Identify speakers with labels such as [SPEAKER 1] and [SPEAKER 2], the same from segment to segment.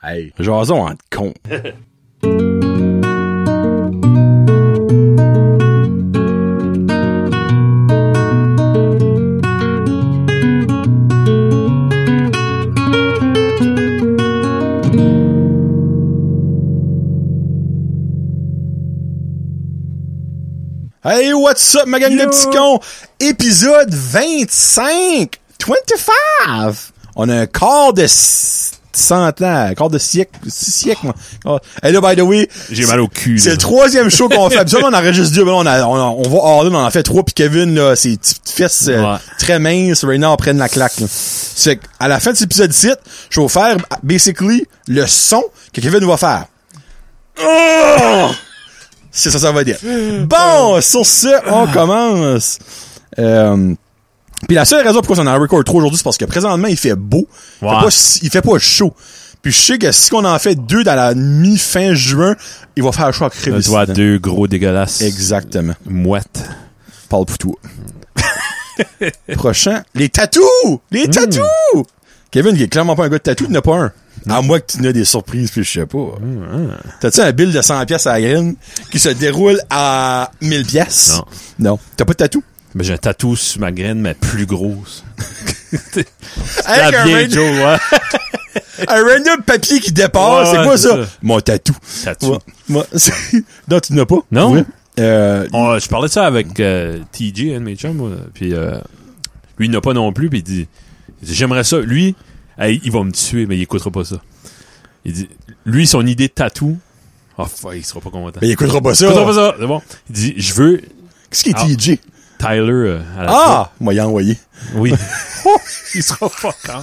[SPEAKER 1] Hey, jason en con. Hey, what's up, ma gang de
[SPEAKER 2] Yo.
[SPEAKER 1] petits cons? Épisode 25! 25! On a un quart de s- cent ans, un quart de siècle, six siècles, moi. Oh. Hey, là, by the way,
[SPEAKER 2] J'ai mal au cul.
[SPEAKER 1] c'est
[SPEAKER 2] là.
[SPEAKER 1] le troisième show qu'on fait. Habituellement, on enregistre deux, mais là, on, a, on, a- on va hors on en fait trois, puis Kevin, là, ses petites fesses euh,
[SPEAKER 2] Ouais.
[SPEAKER 1] très minces, right now, prennent la claque, là. C'est que, à la fin de cet épisode-ci, je vais vous faire, basically, le son que Kevin va faire. Oh!
[SPEAKER 2] Ah!
[SPEAKER 1] C'est ça, ça va dire. Bon, sur ce, on commence. Euh, puis la seule raison pourquoi on en record trop aujourd'hui, c'est parce que présentement, il fait beau. Il,
[SPEAKER 2] Ouais.
[SPEAKER 1] fait pas, si- il fait pas chaud. Puis je sais que si on en fait deux dans la mi-fin juin, il va faire chaud à
[SPEAKER 2] Le
[SPEAKER 1] crever.
[SPEAKER 2] doigt
[SPEAKER 1] ici.
[SPEAKER 2] deux gros dégueulasses.
[SPEAKER 1] Exactement.
[SPEAKER 2] Mouette.
[SPEAKER 1] Parle pour toi. Prochain, les tatous!
[SPEAKER 2] Hmm.
[SPEAKER 1] Les tatous! Kevin, qui est clairement pas un gars de tatou, il n'a pas un. À moins que tu n'aies des surprises, puis je sais pas.
[SPEAKER 2] Hmm, hein.
[SPEAKER 1] T'as-tu un bill de 100 pièces à la graine qui se déroule à 1000 pièces?
[SPEAKER 2] Non.
[SPEAKER 1] Non. T'as pas de tatou?
[SPEAKER 2] Mais j'ai un tatou sur ma graine, mais plus grosse.
[SPEAKER 1] Avec
[SPEAKER 2] la
[SPEAKER 1] un
[SPEAKER 2] vieille
[SPEAKER 1] random-
[SPEAKER 2] Joe, ouais.
[SPEAKER 1] un random papier qui dépasse,
[SPEAKER 2] Ouais,
[SPEAKER 1] c'est
[SPEAKER 2] ouais,
[SPEAKER 1] quoi
[SPEAKER 2] c'est
[SPEAKER 1] ça?
[SPEAKER 2] ça.
[SPEAKER 1] Mon tatou.
[SPEAKER 2] Tatou.
[SPEAKER 1] Ouais, ouais, c'est- non, tu n'as pas?
[SPEAKER 2] Non.
[SPEAKER 1] Ouais. Euh,
[SPEAKER 2] On- je parlais de ça avec euh, TJ, un de mes chums, moi, puis euh, lui, il n'a pas non plus, puis il dit, il dit, j'aimerais ça. Lui, hey, il va me tuer, mais il écoutera pas ça. Il dit, lui, son idée de tatou, oh, fuck, il sera pas content.
[SPEAKER 1] mais il écoutera pas ça.
[SPEAKER 2] Il écoutera pas ça, c'est bon. Il dit, je veux
[SPEAKER 1] Qu'est-ce qui est
[SPEAKER 2] Ah.
[SPEAKER 1] TJ?
[SPEAKER 2] Tyler euh, à la
[SPEAKER 1] Ah! Moi, il a envoyé.
[SPEAKER 2] fois. Oui. il sera pas content.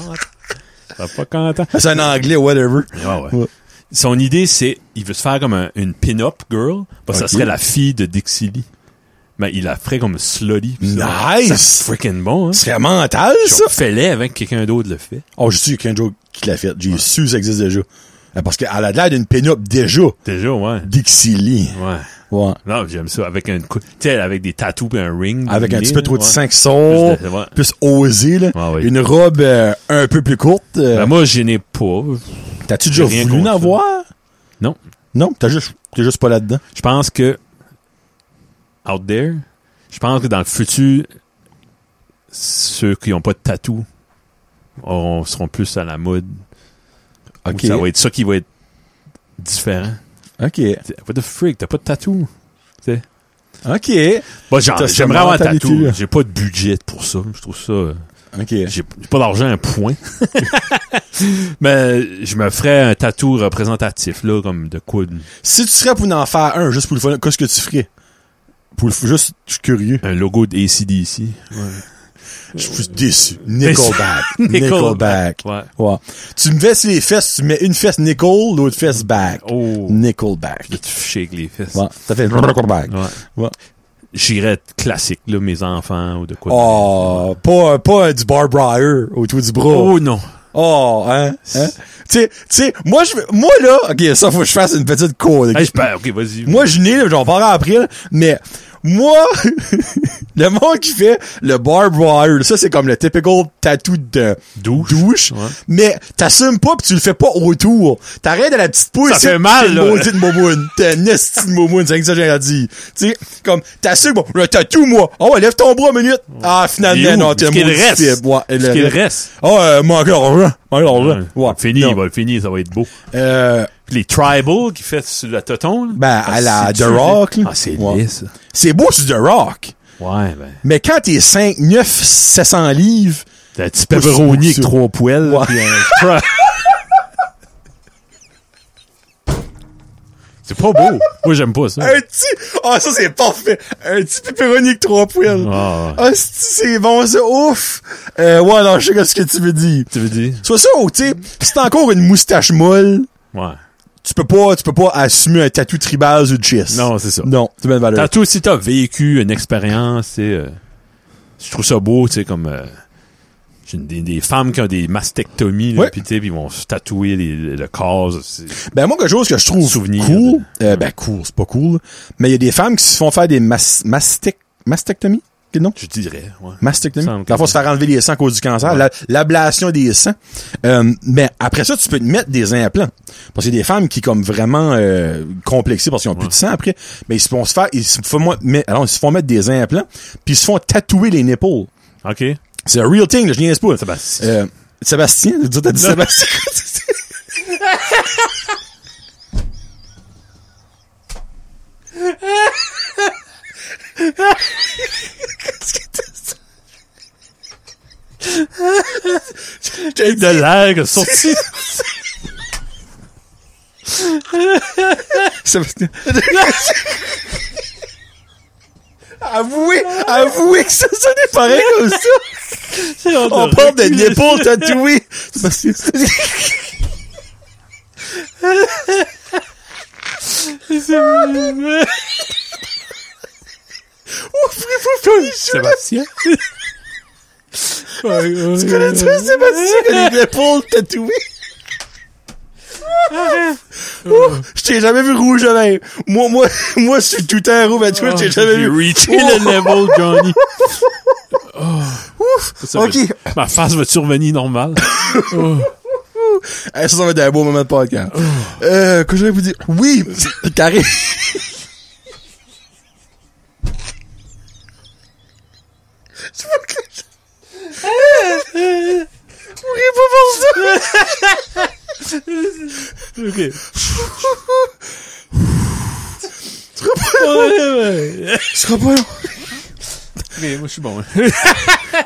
[SPEAKER 2] Il sera pas content.
[SPEAKER 1] C'est un anglais, whatever.
[SPEAKER 2] Ouais, Ah ouais.
[SPEAKER 1] Ouais.
[SPEAKER 2] Son idée, c'est il veut se faire comme un- une pin-up girl, parce que
[SPEAKER 1] Ok.
[SPEAKER 2] ça serait la fille de Dixie Lee. Mais il la ferait comme slutty. pis ça.
[SPEAKER 1] Nice!
[SPEAKER 2] Ça, C'est freaking bon, hein?
[SPEAKER 1] C'est vraiment mental, ça?
[SPEAKER 2] Puis on fait les avec quelqu'un d'autre le fait.
[SPEAKER 1] Oh, je suis qu'un joke qui l'a fait. J'ai su que ça existe déjà. Euh, Parce qu'elle a l'air d'une pénupe déjà.
[SPEAKER 2] Déjà, ouais.
[SPEAKER 1] Dixie Lee.
[SPEAKER 2] Ouais.
[SPEAKER 1] Ouais.
[SPEAKER 2] Non, j'aime ça. Avec un cou- tu sais, avec des tatous et un ring.
[SPEAKER 1] Avec un
[SPEAKER 2] Ligne,
[SPEAKER 1] petit peu trop de Oh,
[SPEAKER 2] ouais.
[SPEAKER 1] sang qui sort.
[SPEAKER 2] Plus de- ouais. Ben,
[SPEAKER 1] Plus Ah osé, là.
[SPEAKER 2] Ouais, ouais.
[SPEAKER 1] Une robe euh, un peu plus courte. euh,
[SPEAKER 2] Ben, moi, je n'ai pas.
[SPEAKER 1] T'as-tu déjà
[SPEAKER 2] rien
[SPEAKER 1] voulu
[SPEAKER 2] contre
[SPEAKER 1] en
[SPEAKER 2] ça.
[SPEAKER 1] voir?
[SPEAKER 2] Non.
[SPEAKER 1] Non, t'as juste, t'es juste pas là-dedans.
[SPEAKER 2] Je pense que. Out there, je pense que dans le futur, ceux qui n'ont pas de tatou auront- seront plus à la mode.
[SPEAKER 1] Ok.
[SPEAKER 2] Ou Ça va être ça qui va être différent.
[SPEAKER 1] Ok.
[SPEAKER 2] T'sais, What the freak, t'as pas de tatou?
[SPEAKER 1] Ok.
[SPEAKER 2] Bon, genre,
[SPEAKER 1] T'as cette
[SPEAKER 2] j'aimerais avoir un
[SPEAKER 1] mentalité,
[SPEAKER 2] tatou.
[SPEAKER 1] là.
[SPEAKER 2] J'ai pas de budget pour ça. Je trouve ça. euh,
[SPEAKER 1] Ok.
[SPEAKER 2] J'ai j'ai pas d'argent, un point. Mais je me ferais un tatou représentatif, là, comme de quoi? de-
[SPEAKER 1] Si tu serais pour en faire un, juste pour le fun, qu'est-ce que tu ferais? Pour le f- juste, je suis curieux.
[SPEAKER 2] Un logo de ACDC.
[SPEAKER 1] Je suis déçu. Nickelback. Nickelback.
[SPEAKER 2] Ouais.
[SPEAKER 1] Ouais. Tu me fesses les fesses, tu mets une fesse nickel, l'autre fesse back.
[SPEAKER 2] Oh.
[SPEAKER 1] Nickelback.
[SPEAKER 2] Là, tu shakes les fesses.
[SPEAKER 1] Ouais, ça fait Nickelback.
[SPEAKER 2] Ouais.
[SPEAKER 1] Ouais.
[SPEAKER 2] J'irais classique, là, mes enfants ou de quoi? de-
[SPEAKER 1] Oh, pas, pas du Barb Briar autour du bras.
[SPEAKER 2] Oh non.
[SPEAKER 1] Oh, hein, hein. Tu sais, tu sais, moi, je, moi, là, ok, ça, faut que je fasse une petite cour.
[SPEAKER 2] Hey, je perds. Ok, vas-y.
[SPEAKER 1] Moi, je n'ai, là, j'en parlerai après, là, mais moi, le monde qui fait le barbed wire, ça, c'est comme le typical tatou de
[SPEAKER 2] Douche.
[SPEAKER 1] douche,
[SPEAKER 2] Ouais.
[SPEAKER 1] mais t'assumes pas pis tu le fais pas autour. T'arrêtes à la petite poule.
[SPEAKER 2] Ça
[SPEAKER 1] c'est-
[SPEAKER 2] fait mal,
[SPEAKER 1] t'es
[SPEAKER 2] là.
[SPEAKER 1] une maudite moumoune. T'es une esti de moumoune, c'est rien que ça que j'ai à dire. Tu sais, comme, t'assumes, bon, le tatou, moi. Oh, ouais, lève ton bras, une minute. Ah,
[SPEAKER 2] Il est
[SPEAKER 1] finalement,
[SPEAKER 2] où?
[SPEAKER 1] non, t'es un
[SPEAKER 2] Est-ce qu'il
[SPEAKER 1] maudit
[SPEAKER 2] reste?
[SPEAKER 1] fibre. Ouais,
[SPEAKER 2] Est-ce
[SPEAKER 1] le-
[SPEAKER 2] qu'il
[SPEAKER 1] le-
[SPEAKER 2] reste?
[SPEAKER 1] Ah, euh, manque d'argent. Manque d'argent.
[SPEAKER 2] Ouais.
[SPEAKER 1] Ouais.
[SPEAKER 2] Fini,
[SPEAKER 1] Non.
[SPEAKER 2] il va le finir, ça va être beau.
[SPEAKER 1] Euh,
[SPEAKER 2] Puis les tribal qui fait sur le toton. là.
[SPEAKER 1] Ben, à la
[SPEAKER 2] c'est
[SPEAKER 1] The
[SPEAKER 2] du-
[SPEAKER 1] Rock, là.
[SPEAKER 2] Ah, c'est
[SPEAKER 1] Ouais.
[SPEAKER 2] lisse.
[SPEAKER 1] c'est beau sur The Rock.
[SPEAKER 2] Ouais, ben.
[SPEAKER 1] Mais quand t'es 5, 9, 700 livres,
[SPEAKER 2] T'as un petit
[SPEAKER 1] Pousse-
[SPEAKER 2] pepperoni avec
[SPEAKER 1] pousse-
[SPEAKER 2] trois poêles.
[SPEAKER 1] Ouais.
[SPEAKER 2] puis un fry. c'est pas beau. Moi, j'aime pas ça.
[SPEAKER 1] un petit, ah, ça c'est parfait. Un petit pepperoni avec trois poils.
[SPEAKER 2] Ah, ouais.
[SPEAKER 1] Ah, c'est- c'est bon, ça, ouf! Euh, ouais, non, je sais ce que tu veux dire.
[SPEAKER 2] Tu veux dire?
[SPEAKER 1] Soit ça, ou, tu sais, si t'as encore une moustache molle,
[SPEAKER 2] Ouais.
[SPEAKER 1] tu peux pas, tu peux pas assumer un tatou tribal ou de chest.
[SPEAKER 2] Non, c'est ça.
[SPEAKER 1] Non, c'est bien valeur.
[SPEAKER 2] T'as tout si t'as vécu une expérience, tu sais, euh, je trouve ça beau, tu sais, comme euh, j'ai une- des, des femmes qui ont des mastectomies, là,
[SPEAKER 1] Ouais.
[SPEAKER 2] puis tu sais, puis ils vont se tatouer les- le corps. c'est-
[SPEAKER 1] Ben, moi, quelque chose que je trouve
[SPEAKER 2] Souvenir
[SPEAKER 1] cool, euh, ben, cool, c'est pas cool, mais il y a des femmes qui se font faire des mas- mastec- mastectomies? Quel nom?
[SPEAKER 2] Je dirais, ouais.
[SPEAKER 1] Mastectomie.
[SPEAKER 2] Semble que
[SPEAKER 1] Dans le fond,
[SPEAKER 2] oui.
[SPEAKER 1] se faire enlever les sangs à cause du cancer.
[SPEAKER 2] Ouais.
[SPEAKER 1] La- L'ablation des sangs. Euh, mais après ça, tu peux te mettre des implants. Parce qu'il y a des femmes qui, comme vraiment euh, complexées parce qu'ils ont plus de sang après, mais ils se font se faire, ils se font, mo- mais- alors, ils se font mettre des implants, puis ils se font tatouer les nipples.
[SPEAKER 2] OK.
[SPEAKER 1] C'est un real thing, là, je niaise pas.
[SPEAKER 2] Sébastien.
[SPEAKER 1] Euh, Sébastien, tu dis- t'as dit
[SPEAKER 2] Non.
[SPEAKER 1] Sébastien.
[SPEAKER 2] J'ai de l'air qui est sorti.
[SPEAKER 1] Sébastien. avouez, avouez que ça, ça n'est pareil comme ça. On parle de nipples tatoués. Sébastien.
[SPEAKER 2] Sébastien. Sébastien.
[SPEAKER 1] Tu connais-tu Sébastien qui a des épaules tatouées? Ouh, Ah, je t'ai jamais vu rouge de même. Moi, moi, moi, je suis tout un rouge à toi, je t'ai jamais
[SPEAKER 2] Oh, J'ai
[SPEAKER 1] vu.
[SPEAKER 2] reaché le level, Johnny. Oh.
[SPEAKER 1] Ouf!
[SPEAKER 2] Ça,
[SPEAKER 1] Ok.
[SPEAKER 2] mais- Ma face va survenir normale.
[SPEAKER 1] Eh, ça, ça va être un beau moment de podcast.
[SPEAKER 2] Oh.
[SPEAKER 1] Euh, que je vais vous dire? Oui! Carré! Je veux que je... Vous riez pas pour ça!
[SPEAKER 2] OK.
[SPEAKER 1] Tu seras pas long! Tu seras pas long!
[SPEAKER 2] Mais moi, je suis bon.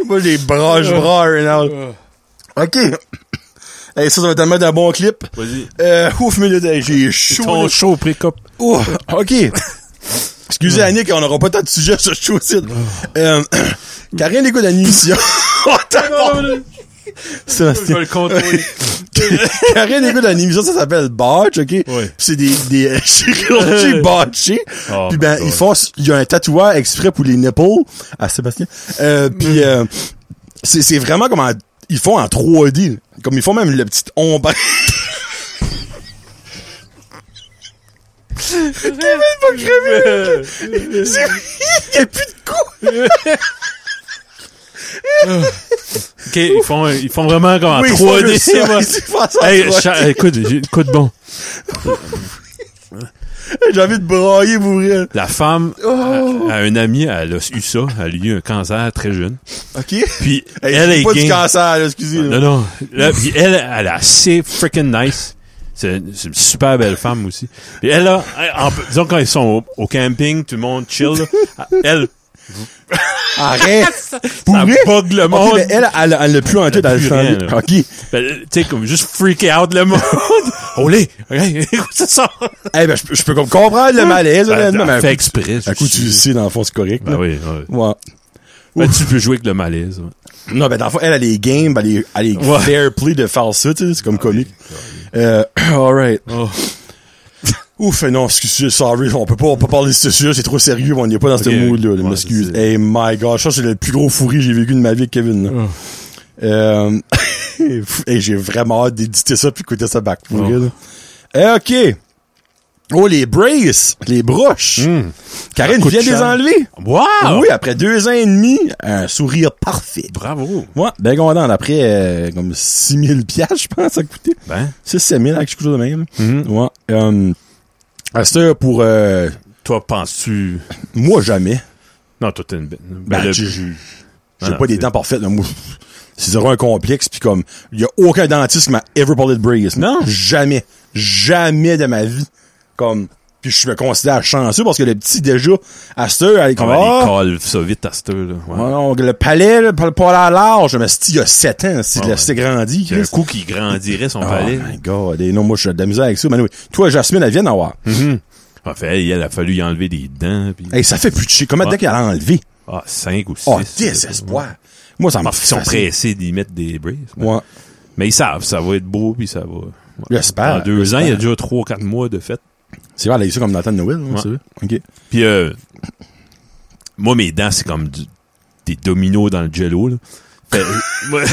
[SPEAKER 1] Moi, j'ai bras,
[SPEAKER 2] Oh.
[SPEAKER 1] je bras, Reynald. OK. Hey, ça, ça va tellement être un bon clip.
[SPEAKER 2] Vas-y.
[SPEAKER 1] Euh, ouf, minute, hey, j'ai chaud.
[SPEAKER 2] Ton
[SPEAKER 1] là.
[SPEAKER 2] show pré-cop.
[SPEAKER 1] Oh, OK. Excusez, Annick, on n'aura pas tant de sujets sur ce show-ci. Euh, Karine écoute Annie ici. Oh, t'as pas-
[SPEAKER 2] Je vais
[SPEAKER 1] Sébastien.
[SPEAKER 2] le contrôler.
[SPEAKER 1] Karine écoute une émission, ça s'appelle Botch, OK? Puis C'est des, des euh, chirurgies botchées.
[SPEAKER 2] Oh
[SPEAKER 1] puis
[SPEAKER 2] my
[SPEAKER 1] ben,
[SPEAKER 2] God.
[SPEAKER 1] ils font... Il y a un tatouage exprès pour les nipples à Sébastien. Euh, puis euh, c'est c'est vraiment comme en- Ils font en 3D. Comme ils font même le petit ombre. Il y a plus de coups.
[SPEAKER 2] OK, ils font, ils font vraiment comme en
[SPEAKER 1] Oui, ils font
[SPEAKER 2] 3D.
[SPEAKER 1] juste ça.
[SPEAKER 2] moi.
[SPEAKER 1] Ils font ça en
[SPEAKER 2] Hey,
[SPEAKER 1] 3D.
[SPEAKER 2] cha- écoute, j'ai- écoute bon.
[SPEAKER 1] J'ai envie de brailler pour vrai.
[SPEAKER 2] La femme a, a un ami, elle a eu ça, elle a eu un cancer très jeune.
[SPEAKER 1] OK? Hey,
[SPEAKER 2] Puis elle
[SPEAKER 1] c'est
[SPEAKER 2] est
[SPEAKER 1] pas du
[SPEAKER 2] game.
[SPEAKER 1] cancer, là, excusez.
[SPEAKER 2] Non, non. Là, puis elle, elle est assez freaking nice. C'est c'est une super belle femme aussi. Puis elle, là, elle, en- disons quand ils sont au, au camping, tout le monde chill, là, elle,
[SPEAKER 1] Arrête! Pour
[SPEAKER 2] ça
[SPEAKER 1] vrai?
[SPEAKER 2] bug le
[SPEAKER 1] Ok,
[SPEAKER 2] monde.
[SPEAKER 1] mais elle, elle, elle l'a plus hanté dans le
[SPEAKER 2] plus rien,
[SPEAKER 1] sang.
[SPEAKER 2] là.
[SPEAKER 1] OK.
[SPEAKER 2] Ben, tu sais, comme juste freaker out le monde. Olé! Hey, écoute ça sort.
[SPEAKER 1] Eh ben, je peux- je peux comme comprendre le malaise,
[SPEAKER 2] Ben,
[SPEAKER 1] honnêtement,
[SPEAKER 2] elle
[SPEAKER 1] mais un
[SPEAKER 2] fait
[SPEAKER 1] coup-
[SPEAKER 2] exprès.
[SPEAKER 1] un coup, tu le sais, dans le fond, c'est correct.
[SPEAKER 2] Ben
[SPEAKER 1] là.
[SPEAKER 2] oui, ouais.
[SPEAKER 1] Ouais.
[SPEAKER 2] Ben, tu peux jouer avec le malaise. ouais.
[SPEAKER 1] Non, ben, dans le fond, elle, elle est game, elle est, elle est
[SPEAKER 2] Ouais.
[SPEAKER 1] fair play de faire ça, tu sais, c'est comme
[SPEAKER 2] Ah
[SPEAKER 1] comique. Euh, alright.
[SPEAKER 2] Oh.
[SPEAKER 1] Ouf, non, excusez, sorry, on peut pas, on peut pas parler de ce sujet, c'est trop sérieux, on n'est pas dans
[SPEAKER 2] Ok,
[SPEAKER 1] ce mood-là, là,
[SPEAKER 2] ouais,
[SPEAKER 1] m'excuse.
[SPEAKER 2] c'est-
[SPEAKER 1] Hey, my god, ça, c'est le plus gros fourri que j'ai vécu de ma vie avec Kevin, là.
[SPEAKER 2] Oh.
[SPEAKER 1] Euh, hey, j'ai vraiment hâte d'éditer ça puis écouter ça back. pour
[SPEAKER 2] Oh.
[SPEAKER 1] vrai, là. Eh, OK. Oh, les braces, les broches.
[SPEAKER 2] Hmm. Un
[SPEAKER 1] Karine
[SPEAKER 2] coup de
[SPEAKER 1] vient
[SPEAKER 2] Ah.
[SPEAKER 1] de les
[SPEAKER 2] charme.
[SPEAKER 1] enlever.
[SPEAKER 2] Wow!
[SPEAKER 1] Oui, après deux ans et demi, un sourire parfait.
[SPEAKER 2] Bravo!
[SPEAKER 1] Ouais, ben content. Après, euh, comme 6000 piastres, je pense, ça coûtait.
[SPEAKER 2] Ben,
[SPEAKER 1] 6-7000, avec quelque chose de même.
[SPEAKER 2] Mhm.
[SPEAKER 1] Ouais. Euh, à cette heure, pour... euh,
[SPEAKER 2] toi, penses-tu...
[SPEAKER 1] moi, jamais.
[SPEAKER 2] Non, toi, t'es une... bête.
[SPEAKER 1] Ben,
[SPEAKER 2] le-
[SPEAKER 1] j'ai- j'ai j'ai
[SPEAKER 2] Non,
[SPEAKER 1] pas des
[SPEAKER 2] c'est-
[SPEAKER 1] dents parfaites. là, Moi, c'est zéro un complexe. Puis comme, il y a aucun dentiste qui m'a ever parlé de brace.
[SPEAKER 2] Non.
[SPEAKER 1] Jamais. Jamais de ma vie. Comme, puis je me considère chanceux parce que le petit, déjà, à cette heure, elle est comme,
[SPEAKER 2] Comment
[SPEAKER 1] ah,
[SPEAKER 2] les calve ça vite à cette heure, là? Ouais.
[SPEAKER 1] ouais, non, le palais, là, pas pas la large. Mais si il y a 7 ans, si
[SPEAKER 2] Ah,
[SPEAKER 1] il
[SPEAKER 2] ouais.
[SPEAKER 1] s'est grandi,
[SPEAKER 2] Il y a un
[SPEAKER 1] Chris.
[SPEAKER 2] coup qui grandirait son
[SPEAKER 1] Oh
[SPEAKER 2] palais.
[SPEAKER 1] my god. Et non, moi, je suis de la misère avec ça. Mais anyway, toi, Jasmine, elle vient d'en avoir.
[SPEAKER 2] Hmm. En Ah, fait, elle, elle a fallu y enlever des dents. Puis...
[SPEAKER 1] Hey, ça fait plus de chier. Comment
[SPEAKER 2] Ouais.
[SPEAKER 1] dès qu'elle a enlevé?
[SPEAKER 2] Ah, cinq ou six.
[SPEAKER 1] Oh,
[SPEAKER 2] là,
[SPEAKER 1] désespoir. Moi, ça m'a
[SPEAKER 2] Parce qu'ils sont
[SPEAKER 1] fasciné.
[SPEAKER 2] pressés d'y mettre des brises.
[SPEAKER 1] Ouais.
[SPEAKER 2] Mais ils savent, ça va être beau, puis ça va... ouais.
[SPEAKER 1] J'espère,
[SPEAKER 2] Dans deux ans, il y a
[SPEAKER 1] j'espère.
[SPEAKER 2] déjà trois, quatre mois de fête.
[SPEAKER 1] C'est vrai, elle a eu ça comme Nathan Noël, hein,
[SPEAKER 2] Ouais.
[SPEAKER 1] c'est vrai. OK.
[SPEAKER 2] Puis, euh, moi, mes dents, c'est comme du- des dominos dans le jello. Là. Fait, euh, moi,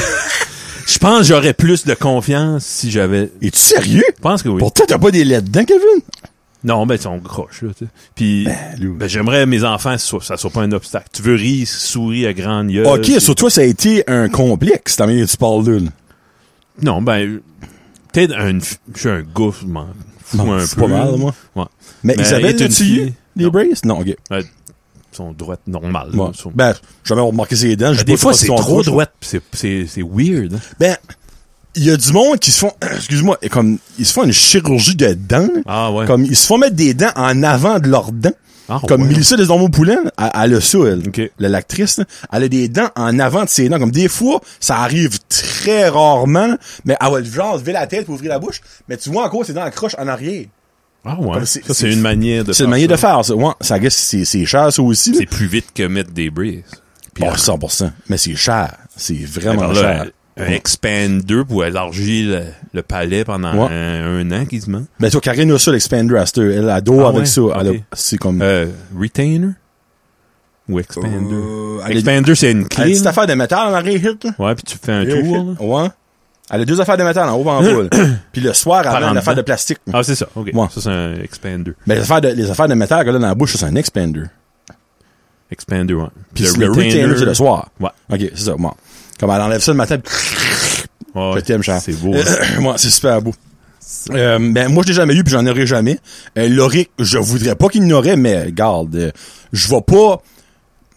[SPEAKER 2] je pense que j'aurais plus de confiance si j'avais...
[SPEAKER 1] Es-tu sérieux?
[SPEAKER 2] Je pense que oui.
[SPEAKER 1] Pourtant, t'as pas des lettres dedans, Kevin?
[SPEAKER 2] Non, ben, on croche, là, tu sais. Puis, ben,
[SPEAKER 1] Lou.
[SPEAKER 2] j'aimerais mes enfants, ça soit, ça soit pas un obstacle. Tu veux rire, souris à grande gueule.
[SPEAKER 1] OK,
[SPEAKER 2] Euh, c'est-
[SPEAKER 1] sur toi, ça a été un complexe, ta manière dont tu parles d'eux, là.
[SPEAKER 2] Non, ben, peut-être un, f- je suis un gars, je m'en fous
[SPEAKER 1] Bon,
[SPEAKER 2] un
[SPEAKER 1] c'est
[SPEAKER 2] peu.
[SPEAKER 1] pas mal, moi.
[SPEAKER 2] Ouais.
[SPEAKER 1] Mais,
[SPEAKER 2] Mais
[SPEAKER 1] Isabelle,
[SPEAKER 2] Ben, est une
[SPEAKER 1] tu
[SPEAKER 2] fille.
[SPEAKER 1] eu des
[SPEAKER 2] Non.
[SPEAKER 1] braces? Non, OK.
[SPEAKER 2] Ils sont droites normales.
[SPEAKER 1] Ouais.
[SPEAKER 2] là, sont-
[SPEAKER 1] Ben, jamais remarqué ses dents. j'ai
[SPEAKER 2] Ben, des
[SPEAKER 1] pas-
[SPEAKER 2] fois,
[SPEAKER 1] pas
[SPEAKER 2] c'est
[SPEAKER 1] son
[SPEAKER 2] trop
[SPEAKER 1] gauche.
[SPEAKER 2] droite. pis C'est, c'est, c'est weird. hein.
[SPEAKER 1] Ben, il y a du monde qui se font, excuse-moi, et comme, ils se font une chirurgie de dents. là.
[SPEAKER 2] Ah ouais.
[SPEAKER 1] Comme, ils se font mettre des dents en avant de leurs dents.
[SPEAKER 2] Ah,
[SPEAKER 1] Comme
[SPEAKER 2] ouais.
[SPEAKER 1] Mélissa des Ormeaux Poulain, elle, elle a ça, elle.
[SPEAKER 2] Ok.
[SPEAKER 1] La- L'actrice, là, elle a des dents en avant de ses dents. Comme des fois, ça arrive très rarement, mais elle va genre lever la tête pour ouvrir la bouche, mais tu vois encore ses dents accrochent en arrière.
[SPEAKER 2] Ah ouais.
[SPEAKER 1] comme c'est-
[SPEAKER 2] ça, c'est,
[SPEAKER 1] c'est-
[SPEAKER 2] une manière de
[SPEAKER 1] C'est
[SPEAKER 2] faire
[SPEAKER 1] une manière
[SPEAKER 2] ça.
[SPEAKER 1] de faire, ça. Ouais, ça, I guess, c'est c'est cher, ça aussi. là.
[SPEAKER 2] C'est plus vite que mettre des brises. Puis
[SPEAKER 1] Bon, 100%. Mais c'est cher. C'est vraiment
[SPEAKER 2] alors là,
[SPEAKER 1] cher.
[SPEAKER 2] un expander pour élargir le, le palais pendant
[SPEAKER 1] Ouais.
[SPEAKER 2] un, un an quasiment.
[SPEAKER 1] Mais toi, Karine a ça, l'expander à cette heure. Elle a dos
[SPEAKER 2] Ah
[SPEAKER 1] avec
[SPEAKER 2] ouais?
[SPEAKER 1] ça. Elle a-
[SPEAKER 2] Ok.
[SPEAKER 1] C'est comme...
[SPEAKER 2] Euh, retainer ou expander.
[SPEAKER 1] Euh, elle a-
[SPEAKER 2] expander, c'est une
[SPEAKER 1] Elle a une
[SPEAKER 2] clé.
[SPEAKER 1] petite
[SPEAKER 2] là.
[SPEAKER 1] affaire de métal en arrière, hit, là.
[SPEAKER 2] Ouais, puis tu fais un tour. là.
[SPEAKER 1] Ouais. Elle a deux affaires de métal en haut et en bas. là. Puis le soir, elle
[SPEAKER 2] Par
[SPEAKER 1] a
[SPEAKER 2] en
[SPEAKER 1] une affaire
[SPEAKER 2] dedans.
[SPEAKER 1] de plastique.
[SPEAKER 2] Ah, c'est ça. OK.
[SPEAKER 1] Ouais.
[SPEAKER 2] Ça, c'est un expander.
[SPEAKER 1] Mais les affaires de, les affaires de métal qu'elle a dans la bouche, ça, c'est un expander.
[SPEAKER 2] Expander, ouais.
[SPEAKER 1] Puis le, retainer, c'est le soir.
[SPEAKER 2] Ouais.
[SPEAKER 1] OK, c'est ça. Bon. Comme elle enlève ça le matin, puis-
[SPEAKER 2] Ouais,
[SPEAKER 1] je t'aime, cher.
[SPEAKER 2] C'est beau. hein.
[SPEAKER 1] Euh, ouais, c'est super beau. Euh, ben, moi, je l'ai jamais eu, puis j'en aurai jamais. Euh, L'auric, je voudrais pas qu'il n'aurait, mais garde, euh, je vais pas...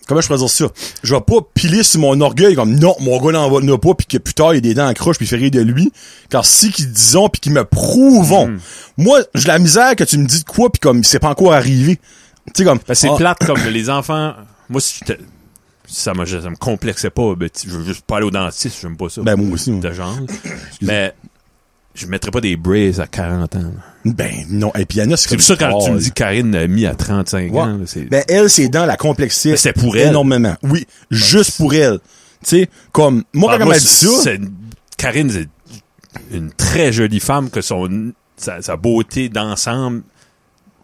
[SPEAKER 1] Comment je pourrais dire ça? Je vais pas piler sur mon orgueil comme non, mon gars n'en va n'a pas, puis que plus tard, il a des dents en croche, puis il fait rire de lui. Car si qu'ils disons, puis qu'ils me prouvons.
[SPEAKER 2] Hmm.
[SPEAKER 1] Moi, j'ai la misère que tu me dis de quoi, puis comme c'est pas encore arrivé. Tu sais, comme...
[SPEAKER 2] Parce que Ben, c'est
[SPEAKER 1] ah,
[SPEAKER 2] plate comme les enfants. Moi, si j'étais- ça me, ça me complexait pas, ben, tu- je veux juste pas aller au dentiste, j'aime pas ça.
[SPEAKER 1] Ben, moi aussi. moi.
[SPEAKER 2] de genre. Mais je mettrais pas des braises à 40 ans. là.
[SPEAKER 1] Ben, non. Et puis, il y en a,
[SPEAKER 2] C'est pour ça quand tu me dis Karine l'a mis à 35
[SPEAKER 1] Ouais.
[SPEAKER 2] ans. là, c'est-
[SPEAKER 1] Ben, elle, c'est dans la complexité.
[SPEAKER 2] Mais c'est pour elle. Ben,
[SPEAKER 1] Énormément. Oui. Juste pour elle. Tu sais, comme, moi,
[SPEAKER 2] Ah,
[SPEAKER 1] quand
[SPEAKER 2] moi,
[SPEAKER 1] elle dit ça,
[SPEAKER 2] c'est- c'est une- Karine, c'est une très jolie femme que son sa, sa beauté d'ensemble,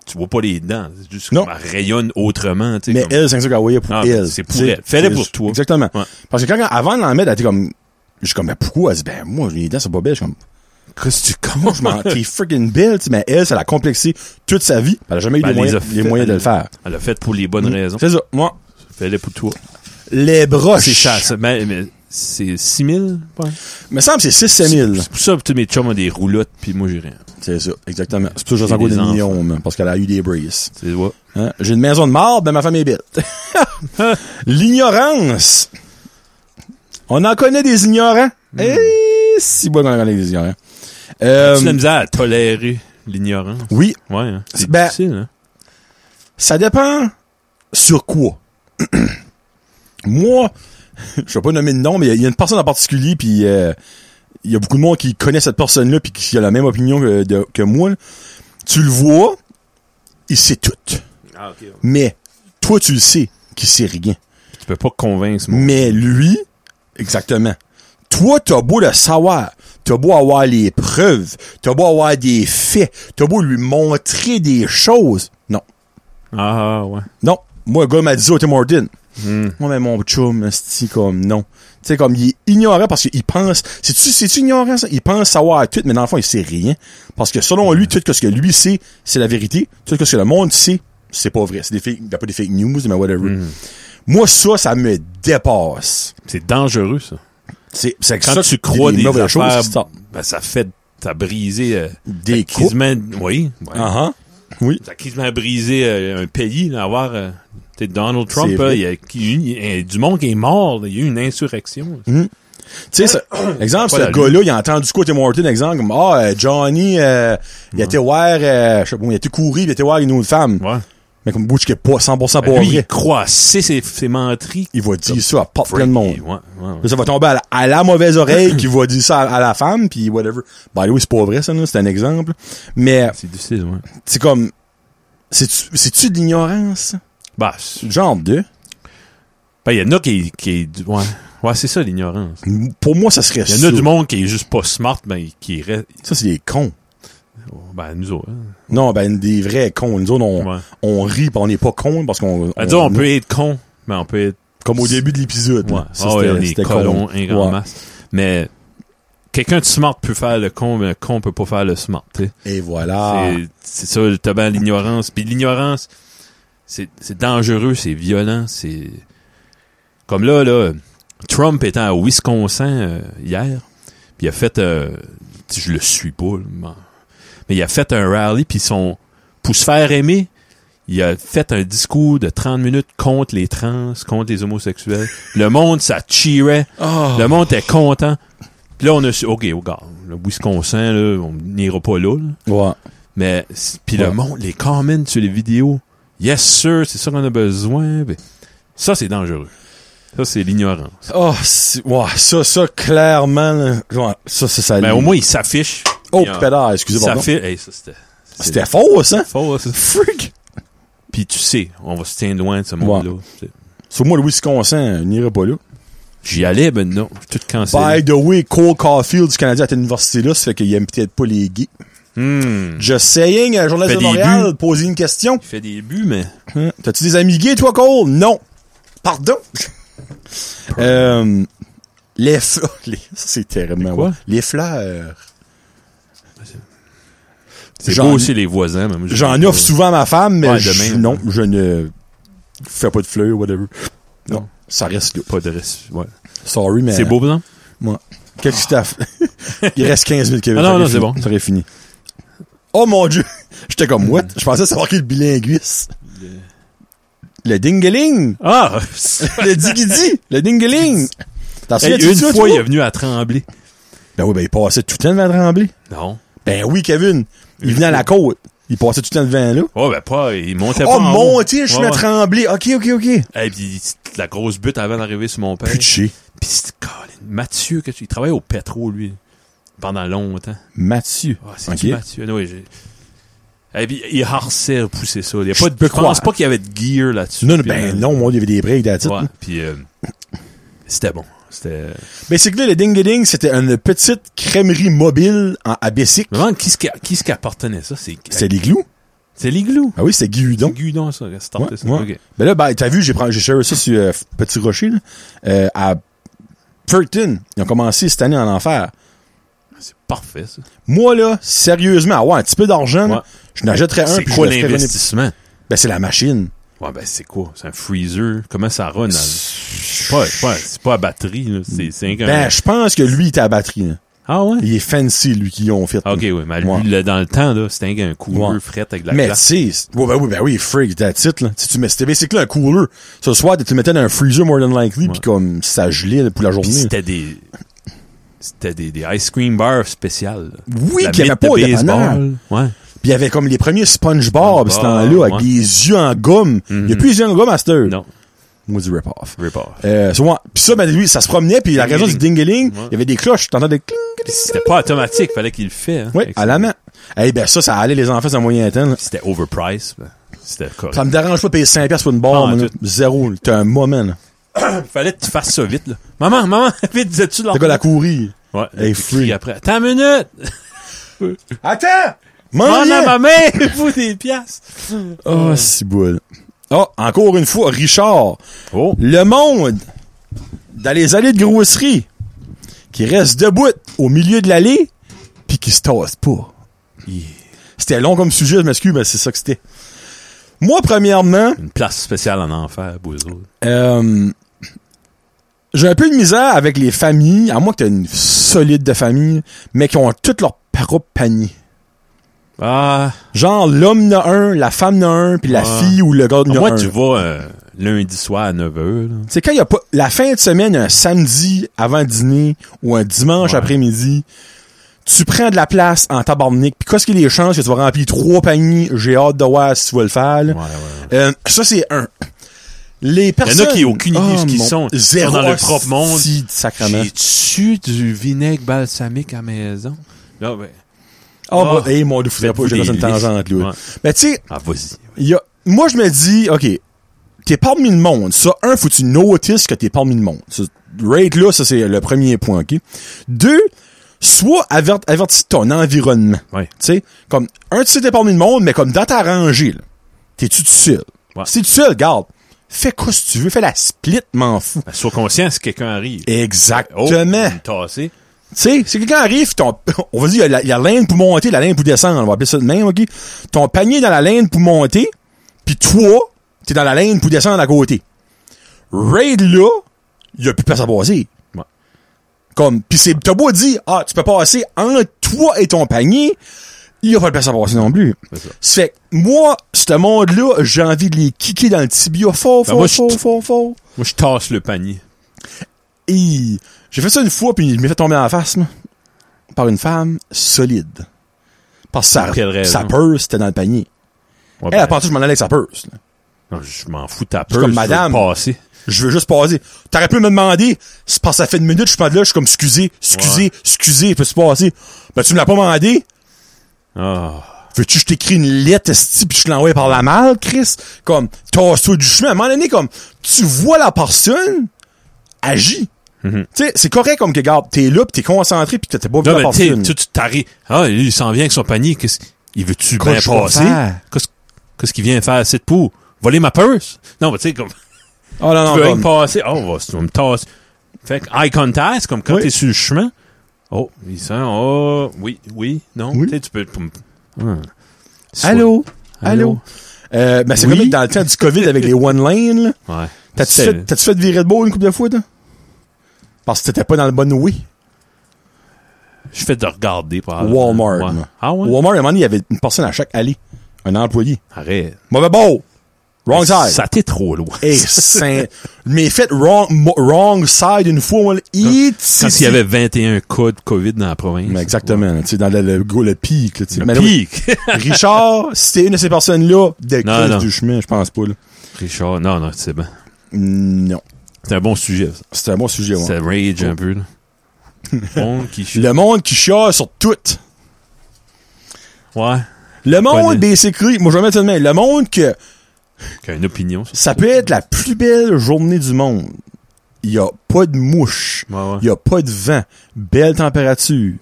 [SPEAKER 2] tu vois pas les dents. C'est juste
[SPEAKER 1] Non.
[SPEAKER 2] comme elle rayonne autrement. tu sais,
[SPEAKER 1] mais
[SPEAKER 2] comme-
[SPEAKER 1] elle, c'est ça qu'elle voyait pour
[SPEAKER 2] Ah,
[SPEAKER 1] elle.
[SPEAKER 2] c'est pour
[SPEAKER 1] Tu sais,
[SPEAKER 2] elle. Fais-le
[SPEAKER 1] c'est-
[SPEAKER 2] pour toi.
[SPEAKER 1] Exactement.
[SPEAKER 2] Ouais.
[SPEAKER 1] Parce que quand, avant de l'en mettre, elle était comme, je suis comme, mais pourquoi? Elle dit, ben, moi, les dents sont pas belles. Je suis comme,
[SPEAKER 2] Qu'est-ce que tu
[SPEAKER 1] moi, je m'en, t'es freaking belle, tu sais, mais elle, ça l'a complexé toute sa vie. Elle a jamais eu
[SPEAKER 2] Ben,
[SPEAKER 1] les,
[SPEAKER 2] elle
[SPEAKER 1] moyens,
[SPEAKER 2] a fait-
[SPEAKER 1] les moyens de le faire.
[SPEAKER 2] Elle l'a fait pour les bonnes raisons.
[SPEAKER 1] C'est ça. Moi,
[SPEAKER 2] Fais-le pour toi.
[SPEAKER 1] les broches.
[SPEAKER 2] Ah, C'est cher, ça. Mais, mais c'est 6 000? je pense.
[SPEAKER 1] Me semble, que c'est 6 000.
[SPEAKER 2] C'est pour ça que tous mes chums ont des roulottes, puis moi, j'ai rien.
[SPEAKER 1] C'est ça. Exactement. C'est pour ça que
[SPEAKER 2] J'ai
[SPEAKER 1] j'ai encore
[SPEAKER 2] des
[SPEAKER 1] des
[SPEAKER 2] enfants.
[SPEAKER 1] millions, man, parce qu'elle a eu des braces.
[SPEAKER 2] Tu sais, ouais.
[SPEAKER 1] Hein? J'ai une maison de marbre, ben ma femme est bête. L'ignorance. On en connaît des ignorants. Eh, si bon qu'on en connaît des ignorants. Euh,
[SPEAKER 2] Ah, tu as de la misère à tolérer l'ignorance.
[SPEAKER 1] oui,
[SPEAKER 2] Ouais, hein. c'est
[SPEAKER 1] Ben-
[SPEAKER 2] difficile. Hein?
[SPEAKER 1] ça dépend sur quoi. Moi, je vais pas nommer de nom, mais il y a- il y, a une personne en particulier, puis euh, il y a beaucoup de monde qui connaît cette personne-là, puis qui a la même opinion que, de- que moi. là. Tu le vois, il sait tout.
[SPEAKER 2] Ah, ok.
[SPEAKER 1] Mais toi, tu le sais qu'il sait rien.
[SPEAKER 2] Tu peux pas convaincre moi.
[SPEAKER 1] Mais lui, exactement. Toi, t'as beau le savoir, t'as beau avoir les preuves, t'as beau avoir des faits, t'as beau lui montrer des choses. Non.
[SPEAKER 2] Ah, ah, ouais.
[SPEAKER 1] Non. Moi, le gars m'a dit au Tim Horton.
[SPEAKER 2] Hmm.
[SPEAKER 1] Moi, mais mon chum, c'est comme non. Tu sais, comme il est ignorant parce qu'il pense. C'est-tu, c'est-tu ignorant, ça? Il pense savoir tout, mais dans le fond, il sait rien. Parce que selon lui, tout ce que lui sait, c'est la vérité. Tout ce que le monde sait, c'est pas vrai. C'est des fake, pas des fake news, mais whatever. Moi, ça, ça me dépasse.
[SPEAKER 2] C'est dangereux, ça.
[SPEAKER 1] C'est c'est que
[SPEAKER 2] Quand
[SPEAKER 1] ça,
[SPEAKER 2] tu crois
[SPEAKER 1] des,
[SPEAKER 2] des,
[SPEAKER 1] mauvaises choses,
[SPEAKER 2] affaires,
[SPEAKER 1] qui sortent.
[SPEAKER 2] ben, ça fait... T'as brisé... euh,
[SPEAKER 1] des
[SPEAKER 2] t'as
[SPEAKER 1] coupes.
[SPEAKER 2] quasiment... Oui. ouais.
[SPEAKER 1] Ah, ah. Oui.
[SPEAKER 2] T'as quasiment brisé euh, un pays, là, avoir... euh, t'sais, Donald Trump,
[SPEAKER 1] C'est
[SPEAKER 2] là,
[SPEAKER 1] vrai.
[SPEAKER 2] il y a, qui- une- il y a du monde qui est mort. là. Il y a eu une insurrection.
[SPEAKER 1] Mmh.
[SPEAKER 2] là.
[SPEAKER 1] Tu sais, ça- exemple,
[SPEAKER 2] Pas la
[SPEAKER 1] ce gars-là, il a entendu quoi, Tim Horton, exemple, comme, ah, euh, Johnny, euh, il a été voir, euh, je sais pas, il a été courir, il a été voir une autre femme.
[SPEAKER 2] Ouais.
[SPEAKER 1] Mais comme Butch qui est pas 100%
[SPEAKER 2] Ben,
[SPEAKER 1] pas
[SPEAKER 2] lui, il
[SPEAKER 1] vrai,
[SPEAKER 2] croit, c'est ses, ses menteries.
[SPEAKER 1] il va dire ça à pas plein de monde.
[SPEAKER 2] Ouais, ouais, ouais.
[SPEAKER 1] Là, Ça va tomber à la, à la mauvaise oreille qui va dire ça à, à la femme, puis whatever. Bah oui, c'est pas vrai, ça, là, c'est un exemple. Mais,
[SPEAKER 2] C'est difficile, ouais.
[SPEAKER 1] c'est comme, c'est-tu c'est-tu de l'ignorance?
[SPEAKER 2] Bah, c'est-
[SPEAKER 1] Genre de.
[SPEAKER 2] ben, il y en a qui... qui ouais, ouais c'est ça, l'ignorance.
[SPEAKER 1] Pour moi, ça serait
[SPEAKER 2] Il y en
[SPEAKER 1] ça.
[SPEAKER 2] a du monde qui est juste pas smart, mais qui reste.
[SPEAKER 1] Ça, c'est des cons.
[SPEAKER 2] Ben, nous autres. hein.
[SPEAKER 1] Non, ben des vrais cons. Nous autres, on,
[SPEAKER 2] Ouais.
[SPEAKER 1] on rit pis on n'est pas cons parce qu'on.
[SPEAKER 2] Ben, disons, on peut être con, mais on peut être.
[SPEAKER 1] Comme au début de l'épisode.
[SPEAKER 2] Ouais.
[SPEAKER 1] là. Ça,
[SPEAKER 2] Ah ouais,
[SPEAKER 1] c'était-
[SPEAKER 2] on est
[SPEAKER 1] c'était
[SPEAKER 2] colons,
[SPEAKER 1] con.
[SPEAKER 2] un grand
[SPEAKER 1] Ouais.
[SPEAKER 2] masse. Mais quelqu'un de smart peut faire le con, mais un con peut pas faire le smart. tu sais.
[SPEAKER 1] Et voilà.
[SPEAKER 2] C'est- C'est ça le tabac, l'ignorance. Puis l'ignorance, c'est c'est dangereux, c'est violent, c'est... Comme là, là, Trump était à Wisconsin euh, hier, puis il a fait... euh, je le suis pas, là, mais- mais il a fait un rally, puis son... Pour se faire aimer, il a fait un discours de 30 minutes contre les trans, contre les homosexuels. Le monde, ça cheerait.
[SPEAKER 1] Ah.
[SPEAKER 2] Le monde était content. Puis là, on a su, OK, regarde, le Wisconsin, là, on n'ira pas là. là.
[SPEAKER 1] Ouais.
[SPEAKER 2] Mais, c- puis
[SPEAKER 1] Ouais.
[SPEAKER 2] le monde, les comments sur les vidéos, yes sir, c'est ça qu'on a besoin. Puis ça, c'est dangereux. Ça, c'est l'ignorance.
[SPEAKER 1] Oh, c'est- ouais, ça, ça, clairement, là, ouais, ça, ça, ça.
[SPEAKER 2] Mais au moins, ils s'affichent.
[SPEAKER 1] Oh,
[SPEAKER 2] Ils, euh,
[SPEAKER 1] pédard, excusez
[SPEAKER 2] Ils
[SPEAKER 1] moi
[SPEAKER 2] s'affichent. Hey, ça, c'était...
[SPEAKER 1] C'était faux, ça?
[SPEAKER 2] faux, hein, ça.
[SPEAKER 1] Freak!
[SPEAKER 2] Puis tu sais, on va se tenir loin de ce monde-là. C'est-
[SPEAKER 1] Sur moi, le Wisconsin euh, n'irait pas là.
[SPEAKER 2] J'y allais, ben non, je suis tout
[SPEAKER 1] By
[SPEAKER 2] cancellé.
[SPEAKER 1] the way, Cole Caulfield du Canadien à cette université-là, ça fait qu'il aime peut-être pas les gays.
[SPEAKER 2] Hmm.
[SPEAKER 1] Just saying, euh, journaliste
[SPEAKER 2] Fait
[SPEAKER 1] de
[SPEAKER 2] des
[SPEAKER 1] Montréal, poser une question.
[SPEAKER 2] Il fait des buts, mais...
[SPEAKER 1] Hein? T'as-tu des amis gays, toi, Cole? Non. Pardon. euh, les fleurs. Les... ça, C'est terriblement.
[SPEAKER 2] Les quoi?
[SPEAKER 1] ouais. Les fleurs.
[SPEAKER 2] C'est
[SPEAKER 1] J'en-
[SPEAKER 2] beau aussi, les voisins. mais moi, je-
[SPEAKER 1] J'en offre souvent à ma femme, mais
[SPEAKER 2] Ouais,
[SPEAKER 1] je-
[SPEAKER 2] demain, ouais.
[SPEAKER 1] non, je ne fais pas de fleurs, whatever. Non, ça reste là.
[SPEAKER 2] Pas de respect. ouais.
[SPEAKER 1] Sorry, mais.
[SPEAKER 2] C'est beau, non?
[SPEAKER 1] Moi. Qu'est-ce que tu t'as fait? Il reste 15 minutes, Kevin.
[SPEAKER 2] Ah non,
[SPEAKER 1] Ça aurait
[SPEAKER 2] non, c'est
[SPEAKER 1] fini.
[SPEAKER 2] bon.
[SPEAKER 1] Ça aurait fini. Oh mon dieu! J'étais comme, what? Je pensais savoir qui est le bilinguiste. Le dingeling!
[SPEAKER 2] Ah!
[SPEAKER 1] Le digidi! Le dingeling! T'as
[SPEAKER 2] Hey,
[SPEAKER 1] souviens-tu de
[SPEAKER 2] une
[SPEAKER 1] ça,
[SPEAKER 2] fois,
[SPEAKER 1] toi?
[SPEAKER 2] il est venu à Trembler.
[SPEAKER 1] Ben oui, ben il passait tout le temps devant Tremblay.
[SPEAKER 2] Non.
[SPEAKER 1] Ben oui, Kevin. Il venait à la côte. Il passait tout le temps devant là.
[SPEAKER 2] Oh, ben pas, il montait pas
[SPEAKER 1] Oh
[SPEAKER 2] en
[SPEAKER 1] mon
[SPEAKER 2] haut.
[SPEAKER 1] dieu, je
[SPEAKER 2] Ouais,
[SPEAKER 1] me
[SPEAKER 2] ouais.
[SPEAKER 1] tremblais. Ok, ok, ok.
[SPEAKER 2] Et puis, la grosse butte avant d'arriver sur mon père.
[SPEAKER 1] Putché.
[SPEAKER 2] Puis, c'est- Colin, Mathieu, que tu- il travaillait au pétrole, lui, pendant longtemps.
[SPEAKER 1] Mathieu.
[SPEAKER 2] Ah, c'est
[SPEAKER 1] ok.
[SPEAKER 2] qui, Mathieu? Non, oui, j'ai- Eh, puis, il harcèle, pousser ça. Il y a
[SPEAKER 1] Je
[SPEAKER 2] pas de,
[SPEAKER 1] peux
[SPEAKER 2] je pense
[SPEAKER 1] croire.
[SPEAKER 2] pas qu'il y avait de gear là-dessus.
[SPEAKER 1] Non, non,
[SPEAKER 2] Puis,
[SPEAKER 1] ben
[SPEAKER 2] euh,
[SPEAKER 1] non, moi, il y avait des breaks d'attitude.
[SPEAKER 2] Ouais, puis euh, c'était bon. C'était...
[SPEAKER 1] Ben c'est que là, le ding-a-ding, c'était une petite crèmerie mobile en, à Bessic.
[SPEAKER 2] Je me demande qui ce qui, qui, ce qui appartenait ça. C'est,
[SPEAKER 1] C'était des glous.
[SPEAKER 2] c'est les glous.
[SPEAKER 1] Ah oui, c'était Guy Hudon.
[SPEAKER 2] Gudon, ça. Starter,
[SPEAKER 1] Ouais,
[SPEAKER 2] ça.
[SPEAKER 1] ouais.
[SPEAKER 2] Ok.
[SPEAKER 1] Ben là, ben, t'as vu, j'ai pris- j'ai share ça sur euh, Petit Rocher, là, euh, à Furton. Ils ont commencé cette année en enfer.
[SPEAKER 2] C'est parfait, ça.
[SPEAKER 1] Moi, là, sérieusement, avoir un petit peu d'argent, là,
[SPEAKER 2] Ouais.
[SPEAKER 1] je n'achèterais un,
[SPEAKER 2] c'est
[SPEAKER 1] puis
[SPEAKER 2] quoi
[SPEAKER 1] je le ferais venir-
[SPEAKER 2] l'investissement?
[SPEAKER 1] Ben, c'est la machine.
[SPEAKER 2] Ouais, ben c'est quoi? C'est un freezer? Comment ça run? là? C'est pas, c'est pas- c'est pas à batterie, là. C'est, c'est un...
[SPEAKER 1] Ben, je pense que lui, il était à la batterie. là.
[SPEAKER 2] ah ouais?
[SPEAKER 1] Il est fancy, lui, qui ont fait.
[SPEAKER 2] Ah, ok, oui. Mais lui,
[SPEAKER 1] Ouais.
[SPEAKER 2] là, dans le temps, là, c'était un couleur
[SPEAKER 1] Ouais.
[SPEAKER 2] fret avec de la
[SPEAKER 1] Mais tu
[SPEAKER 2] glace.
[SPEAKER 1] sais, c'est- ouais, ben oui, ben oui, freak, that's it, là. Si tu mets, c'était basically un cooler. Ce soir, tu te mettais dans un freezer more than likely, puis comme, ça gelait là, pour la
[SPEAKER 2] Puis
[SPEAKER 1] journée.
[SPEAKER 2] c'était des... C'était des, des ice cream bars spéciales. là.
[SPEAKER 1] Oui,
[SPEAKER 2] La
[SPEAKER 1] puis il y avait
[SPEAKER 2] mythe
[SPEAKER 1] pas au
[SPEAKER 2] de
[SPEAKER 1] dépanneur.
[SPEAKER 2] baseball. Ouais.
[SPEAKER 1] Puis il y avait comme les premiers SpongeBob,
[SPEAKER 2] SpongeBob,
[SPEAKER 1] ce temps-là, avec
[SPEAKER 2] ouais. Mhm.
[SPEAKER 1] les yeux en gomme. Il y a plus les yeux en gomme à cette heure.
[SPEAKER 2] Non.
[SPEAKER 1] Moi, du rip-off.
[SPEAKER 2] Rip off.
[SPEAKER 1] Euh, so, ouais. Puis ça, ben lui, ça se promenait, puis la raison du dingueling,
[SPEAKER 2] Ouais.
[SPEAKER 1] il y avait des cloches, t'entends des cling.
[SPEAKER 2] Puis c'était pas automatique. Fallait qu'il le fait. hein.
[SPEAKER 1] Oui,
[SPEAKER 2] Avec-
[SPEAKER 1] à la main. Eh ben ça, ça allait les enfants dans moyen temps. là.
[SPEAKER 2] Puis c'était overpriced. ben, C'était correct.
[SPEAKER 1] Ça me dérange pas de payer 5$ piastres pour une barre,
[SPEAKER 2] Non,
[SPEAKER 1] moi, là.
[SPEAKER 2] tout.
[SPEAKER 1] Zéro. là. T'es un moment, là.
[SPEAKER 2] Fallait que tu fasses ça vite, là. Maman, maman, vite, disais-tu là?
[SPEAKER 1] T'as quoi la courir?
[SPEAKER 2] Ouais.
[SPEAKER 1] Hey,
[SPEAKER 2] tu
[SPEAKER 1] free. Oh,
[SPEAKER 2] cries après. Attends une minute!
[SPEAKER 1] Attends! M'en
[SPEAKER 2] Prends
[SPEAKER 1] viens!
[SPEAKER 2] à ma main! Faut des piastres!
[SPEAKER 1] Oh, c'est beau. Oh, encore une fois, Richard.
[SPEAKER 2] Oh!
[SPEAKER 1] Le monde, dans les allées de grosserie, qui reste debout au milieu de l'allée, puis qui se tasse pas. C'était long comme sujet, je m'excuse, mais c'est ça que c'était. Moi, premièrement,
[SPEAKER 2] Une place spéciale en enfer, pour eux autres.
[SPEAKER 1] euh, j'ai un peu de misère avec les familles, à moins que t'aies une solide de famille, mais qui ont toutes leurs propres paniers.
[SPEAKER 2] Ah!
[SPEAKER 1] Genre, l'homme n'a un, la femme n'a un, puis la
[SPEAKER 2] Ah.
[SPEAKER 1] fille ou le gars n'a
[SPEAKER 2] Moi,
[SPEAKER 1] un.
[SPEAKER 2] tu vas euh, lundi soir à 9h, là.
[SPEAKER 1] C'est quand il y a pas la fin de semaine, un samedi avant dîner ou un dimanche
[SPEAKER 2] Ouais.
[SPEAKER 1] après-midi, tu prends de la place en tabarnak. Puis qu'est-ce qu'il y a des chances que tu vas remplir trois paniers J'ai hâte de voir si tu vas le faire. là.
[SPEAKER 2] Ouais, ouais, ouais.
[SPEAKER 1] Euh, ça c'est un. Les
[SPEAKER 2] en a
[SPEAKER 1] personnes. Ah,
[SPEAKER 2] qui ont aucune idée de ce qu'ils
[SPEAKER 1] mon-
[SPEAKER 2] sont. Ils sont
[SPEAKER 1] Zéro
[SPEAKER 2] dans leur propre monde.
[SPEAKER 1] hostie de sacrement.
[SPEAKER 2] J'ai-tu du vinaigre balsamique à maison? Non, ben.
[SPEAKER 1] Ah bah,
[SPEAKER 2] Oh.
[SPEAKER 1] hey, mon dieu, faudrait pas
[SPEAKER 2] Faites-vous
[SPEAKER 1] que j'ai
[SPEAKER 2] des
[SPEAKER 1] une
[SPEAKER 2] listes.
[SPEAKER 1] tangente là.
[SPEAKER 2] Ouais.
[SPEAKER 1] Mais tu sais,
[SPEAKER 2] Ah, vas-y.
[SPEAKER 1] il y a- moi je me dis, ok, t'es parmi le monde. Ça, un, faut que tu notices que t'es parmi le monde. Ça, Rate là, ça c'est le premier point, ok? Deux, soit avert- avertis ton environnement.
[SPEAKER 2] Ouais.
[SPEAKER 1] Tu sais, comme, un, tu sais t'es parmi le monde, mais comme dans ta rangée, là, t'es-tu tout seul?
[SPEAKER 2] Ouais.
[SPEAKER 1] Si t'es tout seul, garde, fais quoi si tu veux, fais la split, m'en fous.
[SPEAKER 2] Oh. Ben, sois conscient si quelqu'un arrive.
[SPEAKER 1] Exactement.
[SPEAKER 2] Tassé.
[SPEAKER 1] sais, c'est que quand arrive, ton, on va dire, il y a la- il y a la laine pour monter, la laine pour descendre, on va appeler ça de même, ok? Ton panier est dans la laine pour monter, puis toi, t'es dans la laine pour descendre à côté. Raid là, il y a plus personne à passer.
[SPEAKER 2] Ouais.
[SPEAKER 1] Comme, pis c'est, t'as beau dire, ah, tu peux passer entre toi et ton panier, il y a pas de place à passer non plus.
[SPEAKER 2] C'est ça.
[SPEAKER 1] Ça fait que moi, ce monde-là, j'ai envie de les kicker dans le tibia fort,
[SPEAKER 2] Ben,
[SPEAKER 1] fort,
[SPEAKER 2] moi, je-
[SPEAKER 1] fort, fort, fort.
[SPEAKER 2] Moi, je tasse le panier.
[SPEAKER 1] Et j'ai fait ça une fois, puis je m'ai fait tomber dans la face, moi, par une femme solide. Parce que
[SPEAKER 2] Pour quelle
[SPEAKER 1] sa,
[SPEAKER 2] raison?
[SPEAKER 1] sa purse, c'était dans le panier. Eh,
[SPEAKER 2] Ouais,
[SPEAKER 1] Elle,
[SPEAKER 2] ben,
[SPEAKER 1] elle pensait que je m'en allais avec sa purse. là.
[SPEAKER 2] non, je m'en fous de ta
[SPEAKER 1] suis
[SPEAKER 2] peur.
[SPEAKER 1] comme
[SPEAKER 2] je veux
[SPEAKER 1] madame.
[SPEAKER 2] passer.
[SPEAKER 1] Je veux juste passer. T'aurais pu me demander, c'est parce que ça fait une minute, je suis pas de là, je suis comme, excusez, excusez, excusez, peux-tu passer? Ben, tu me l'as pas demandé.
[SPEAKER 2] Ah.
[SPEAKER 1] Veux-tu que je t'écris une lettre, esti, puis je te l'envoie par la malle, Chris? Comme, tasse-toi du chemin. À un moment donné, comme, tu vois la personne, agis. Tu sais, c'est correct comme que, regarde, t'es là, pis t'es concentré, pis t'es pas vu
[SPEAKER 2] Mm-hmm. Non,
[SPEAKER 1] la
[SPEAKER 2] mais tu
[SPEAKER 1] personne.
[SPEAKER 2] sais, tu tu t'arrives. Ah, lui, il s'en vient avec son panier. Qu'est-ce Il veut-tu bien
[SPEAKER 1] Qu'est-ce que je vais
[SPEAKER 2] passer?
[SPEAKER 1] faire?
[SPEAKER 2] Qu'est-ce qu'est-ce qu'il vient faire? C'est de pour voler ma purse? Non, mais tu sais, comme.
[SPEAKER 1] Oh non, non,
[SPEAKER 2] tu veux rien
[SPEAKER 1] comme-
[SPEAKER 2] passer. Oh, on va, on me tasse. Fait que eye contact, c'est comme quand
[SPEAKER 1] Oui.
[SPEAKER 2] t'es sur le chemin. Oh, il sent. Oh, oui, oui, non.
[SPEAKER 1] Oui.
[SPEAKER 2] Tu sais, tu peux. Hum.
[SPEAKER 1] Allô? Allô?
[SPEAKER 2] Allô?
[SPEAKER 1] Euh, ben, c'est
[SPEAKER 2] Oui?
[SPEAKER 1] comme dans le temps du COVID avec les one lane, là.
[SPEAKER 2] Ouais.
[SPEAKER 1] T'as-tu
[SPEAKER 2] C'est-
[SPEAKER 1] fait, t'as-tu fait virer de beau une couple de fois, toi? Parce que t'étais pas dans le bon way.
[SPEAKER 2] Je fais de regarder par
[SPEAKER 1] Walmart.
[SPEAKER 2] Euh, Ouais.
[SPEAKER 1] moi.
[SPEAKER 2] Ah ouais?
[SPEAKER 1] Walmart, à un moment donné, il y avait une personne à chaque allée. Un employé.
[SPEAKER 2] Arrête.
[SPEAKER 1] Mauvais beau! Wrong side!
[SPEAKER 2] Ça t'est trop loin.
[SPEAKER 1] Eh, saint. Mais faites wrong, mo- wrong side une fois, moi, là, it-
[SPEAKER 2] Quand il y avait 21 cas de COVID dans la province.
[SPEAKER 1] Mais exactement, là, tu sais, dans le, le, go- le pic, là, tu sais.
[SPEAKER 2] Le
[SPEAKER 1] Mais là,
[SPEAKER 2] pic.
[SPEAKER 1] Richard, si t'es une de ces personnes-là, des
[SPEAKER 2] Non, non.
[SPEAKER 1] crises du chemin, je pense pas, là.
[SPEAKER 2] Richard, non, non, c'est bon.
[SPEAKER 1] Non.
[SPEAKER 2] C'est un bon sujet, ça.
[SPEAKER 1] C'était un bon sujet, ouais.
[SPEAKER 2] C'est rage un peu, là. Monde qui chie.
[SPEAKER 1] Le monde qui chiale sur tout.
[SPEAKER 2] Ouais.
[SPEAKER 1] Le
[SPEAKER 2] Connais.
[SPEAKER 1] monde, basically, moi je vais mettre ça de même. le monde que
[SPEAKER 2] Qui a une opinion, ça.
[SPEAKER 1] ça peut être la plus belle journée du monde. Il y a pas de mouche,
[SPEAKER 2] Ouais, ouais.
[SPEAKER 1] il y a pas de vent, belle température.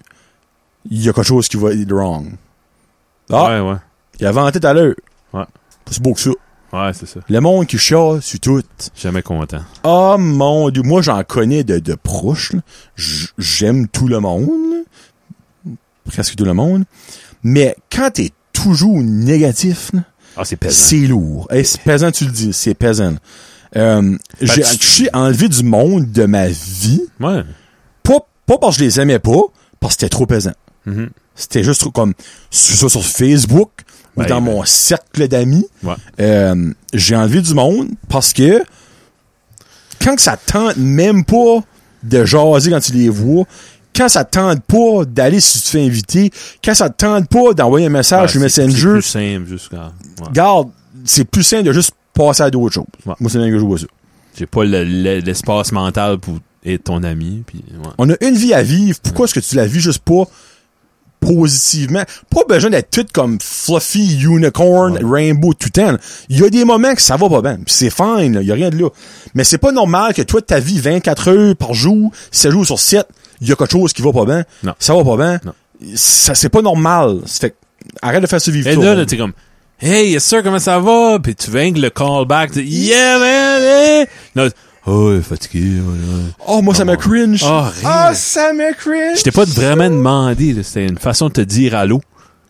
[SPEAKER 1] Il y a quelque chose qui va être wrong. Ah,
[SPEAKER 2] Ouais, ouais.
[SPEAKER 1] il a venté tout à l'heure.
[SPEAKER 2] Ouais.
[SPEAKER 1] Pas si beau que ça.
[SPEAKER 2] Ouais, c'est ça.
[SPEAKER 1] Le monde qui chiale sur tout.
[SPEAKER 2] Jamais content.
[SPEAKER 1] Oh mon dieu, moi j'en connais de, de proches. là. J- J'aime tout le monde. là. Presque tout le monde. Mais quand t'es toujours négatif, là,
[SPEAKER 2] Ah, c'est pesant.
[SPEAKER 1] c'est lourd. Hey, c'est pesant, tu le dis, c'est pesant. Euh, j'ai
[SPEAKER 2] tu-
[SPEAKER 1] j'ai enlevé du monde de ma vie,
[SPEAKER 2] Ouais.
[SPEAKER 1] pas, pas parce que je les aimais pas, parce que c'était trop pesant.
[SPEAKER 2] Mhm.
[SPEAKER 1] C'était juste trop comme sur, ça sur Facebook ou
[SPEAKER 2] Ben,
[SPEAKER 1] dans
[SPEAKER 2] ben.
[SPEAKER 1] mon cercle d'amis.
[SPEAKER 2] Ouais.
[SPEAKER 1] Euh, j'ai enlevé du monde parce que quand que ça te tente même pas de jaser quand tu les vois, quand ça te tente pas d'aller si tu te fais inviter, quand ça te tente pas d'envoyer un
[SPEAKER 2] Ouais,
[SPEAKER 1] message sur
[SPEAKER 2] Ah, c'est- C'est
[SPEAKER 1] Messenger,
[SPEAKER 2] plus simple, jusqu'à. Ouais.
[SPEAKER 1] garde, c'est plus simple de juste passer à d'autres choses.
[SPEAKER 2] Ouais.
[SPEAKER 1] Moi, c'est bien que je vois ça.
[SPEAKER 2] J'ai pas le- le- l'espace mental pour être ton ami, puis ouais.
[SPEAKER 1] On a une vie à vivre. Pourquoi est-ce que tu la vis juste pas positivement? Pas besoin d'être tout comme fluffy, unicorn, rainbow, tout le temps. Il y a des moments que ça va pas bien. Puis C'est fine, là. il y a rien de là. Mais c'est pas normal que toi, ta vie 24 heures par jour, 7 jours sur 7, il y a quelque chose qui va pas bien.
[SPEAKER 2] Non.
[SPEAKER 1] Ça va pas bien.
[SPEAKER 2] Non.
[SPEAKER 1] Ça, c'est pas normal. Ça fait que arrête de faire ce vivre
[SPEAKER 2] Et là, là, t'es comme, hey, yes sir, comment ça va? Puis tu viens que le callback, t'es, yeah, man, hey! Là, oh, fatigué, ouais, ouais.
[SPEAKER 1] Oh, moi, ça me cringe.
[SPEAKER 2] Oh, rien.
[SPEAKER 1] Ah, ça me cringe.
[SPEAKER 2] Je t'ai pas vraiment demandé, là. C'était une façon de te dire allô.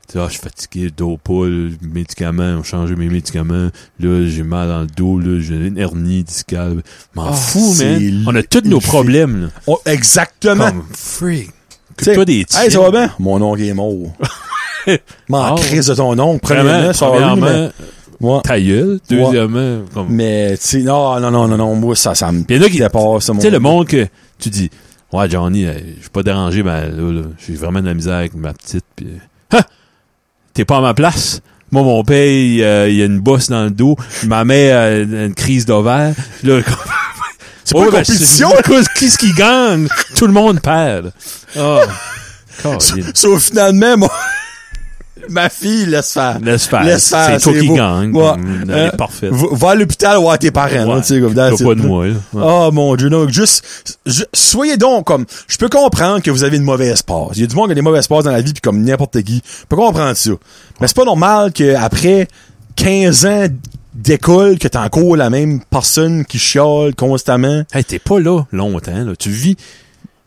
[SPEAKER 2] Tu dis, ah, je suis fatigué, dos poule, médicaments, on changé mes médicaments. Là, j'ai mal dans le dos, là, j'ai une hernie discale. M'en
[SPEAKER 1] Ah,
[SPEAKER 2] fous, man.
[SPEAKER 1] c'est
[SPEAKER 2] On a tous nos
[SPEAKER 1] le-
[SPEAKER 2] problèmes, là.
[SPEAKER 1] Oh, exactement.
[SPEAKER 2] Comme, freak.
[SPEAKER 1] T'sais,
[SPEAKER 2] Occupe-toi des tiens.
[SPEAKER 1] Hey, ça va bien? Mon oncle est mort. M'en
[SPEAKER 2] Oh.
[SPEAKER 1] crise de ton oncle. Premièrement,
[SPEAKER 2] Premièrement,
[SPEAKER 1] sorry, mais...
[SPEAKER 2] premièrement,
[SPEAKER 1] Ouais.
[SPEAKER 2] ta gueule. Deuxièmement, comme,
[SPEAKER 1] Mais, tu sais, non, non, non, non, non, moi, ça, ça me
[SPEAKER 2] Puis il y en a qui-
[SPEAKER 1] dépasse, ça, mon
[SPEAKER 2] Tu sais, le monde que tu dis, ouais, Johnny, euh, je suis pas dérangé, ben là, là, j'ai vraiment de la misère avec ma petite, puis euh, Ha! t'es pas à ma place. Moi, mon père, il euh, il a une bosse dans le dos. Ma mère a une crise d'ovaire. Là, comme-
[SPEAKER 1] C'est pas
[SPEAKER 2] Ouais,
[SPEAKER 1] une
[SPEAKER 2] ben,
[SPEAKER 1] compétition,
[SPEAKER 2] c'est- qu'est-ce- Qu'est-ce qui gagne? Tout le monde perd. Oh, Colin.
[SPEAKER 1] Sauf finalement, moi, ma fille, laisse faire.
[SPEAKER 2] Laisse faire.
[SPEAKER 1] Laisse faire,
[SPEAKER 2] C'est toi
[SPEAKER 1] c'est
[SPEAKER 2] qui
[SPEAKER 1] beau.
[SPEAKER 2] gagne.
[SPEAKER 1] Ouais.
[SPEAKER 2] Hum, Elle
[SPEAKER 1] Euh,
[SPEAKER 2] est parfaite.
[SPEAKER 1] Va, va à l'hôpital voir tes parents,
[SPEAKER 2] Ouais.
[SPEAKER 1] là, tu sais, comme
[SPEAKER 2] T'as
[SPEAKER 1] that's
[SPEAKER 2] pas
[SPEAKER 1] it.
[SPEAKER 2] de moi, là. Ouais.
[SPEAKER 1] Oh mon dieu, non, juste, je- soyez donc comme, je peux comprendre que vous avez une mauvaise passe. Il y a du monde qui a des mauvaises passes dans la vie, puis comme n'importe qui, je peux comprendre ça. Mais c'est pas normal qu'après 15 ans d'école, que t'es encore la même personne qui chiale constamment.
[SPEAKER 2] Hey, t'es pas là longtemps, là. Tu vis.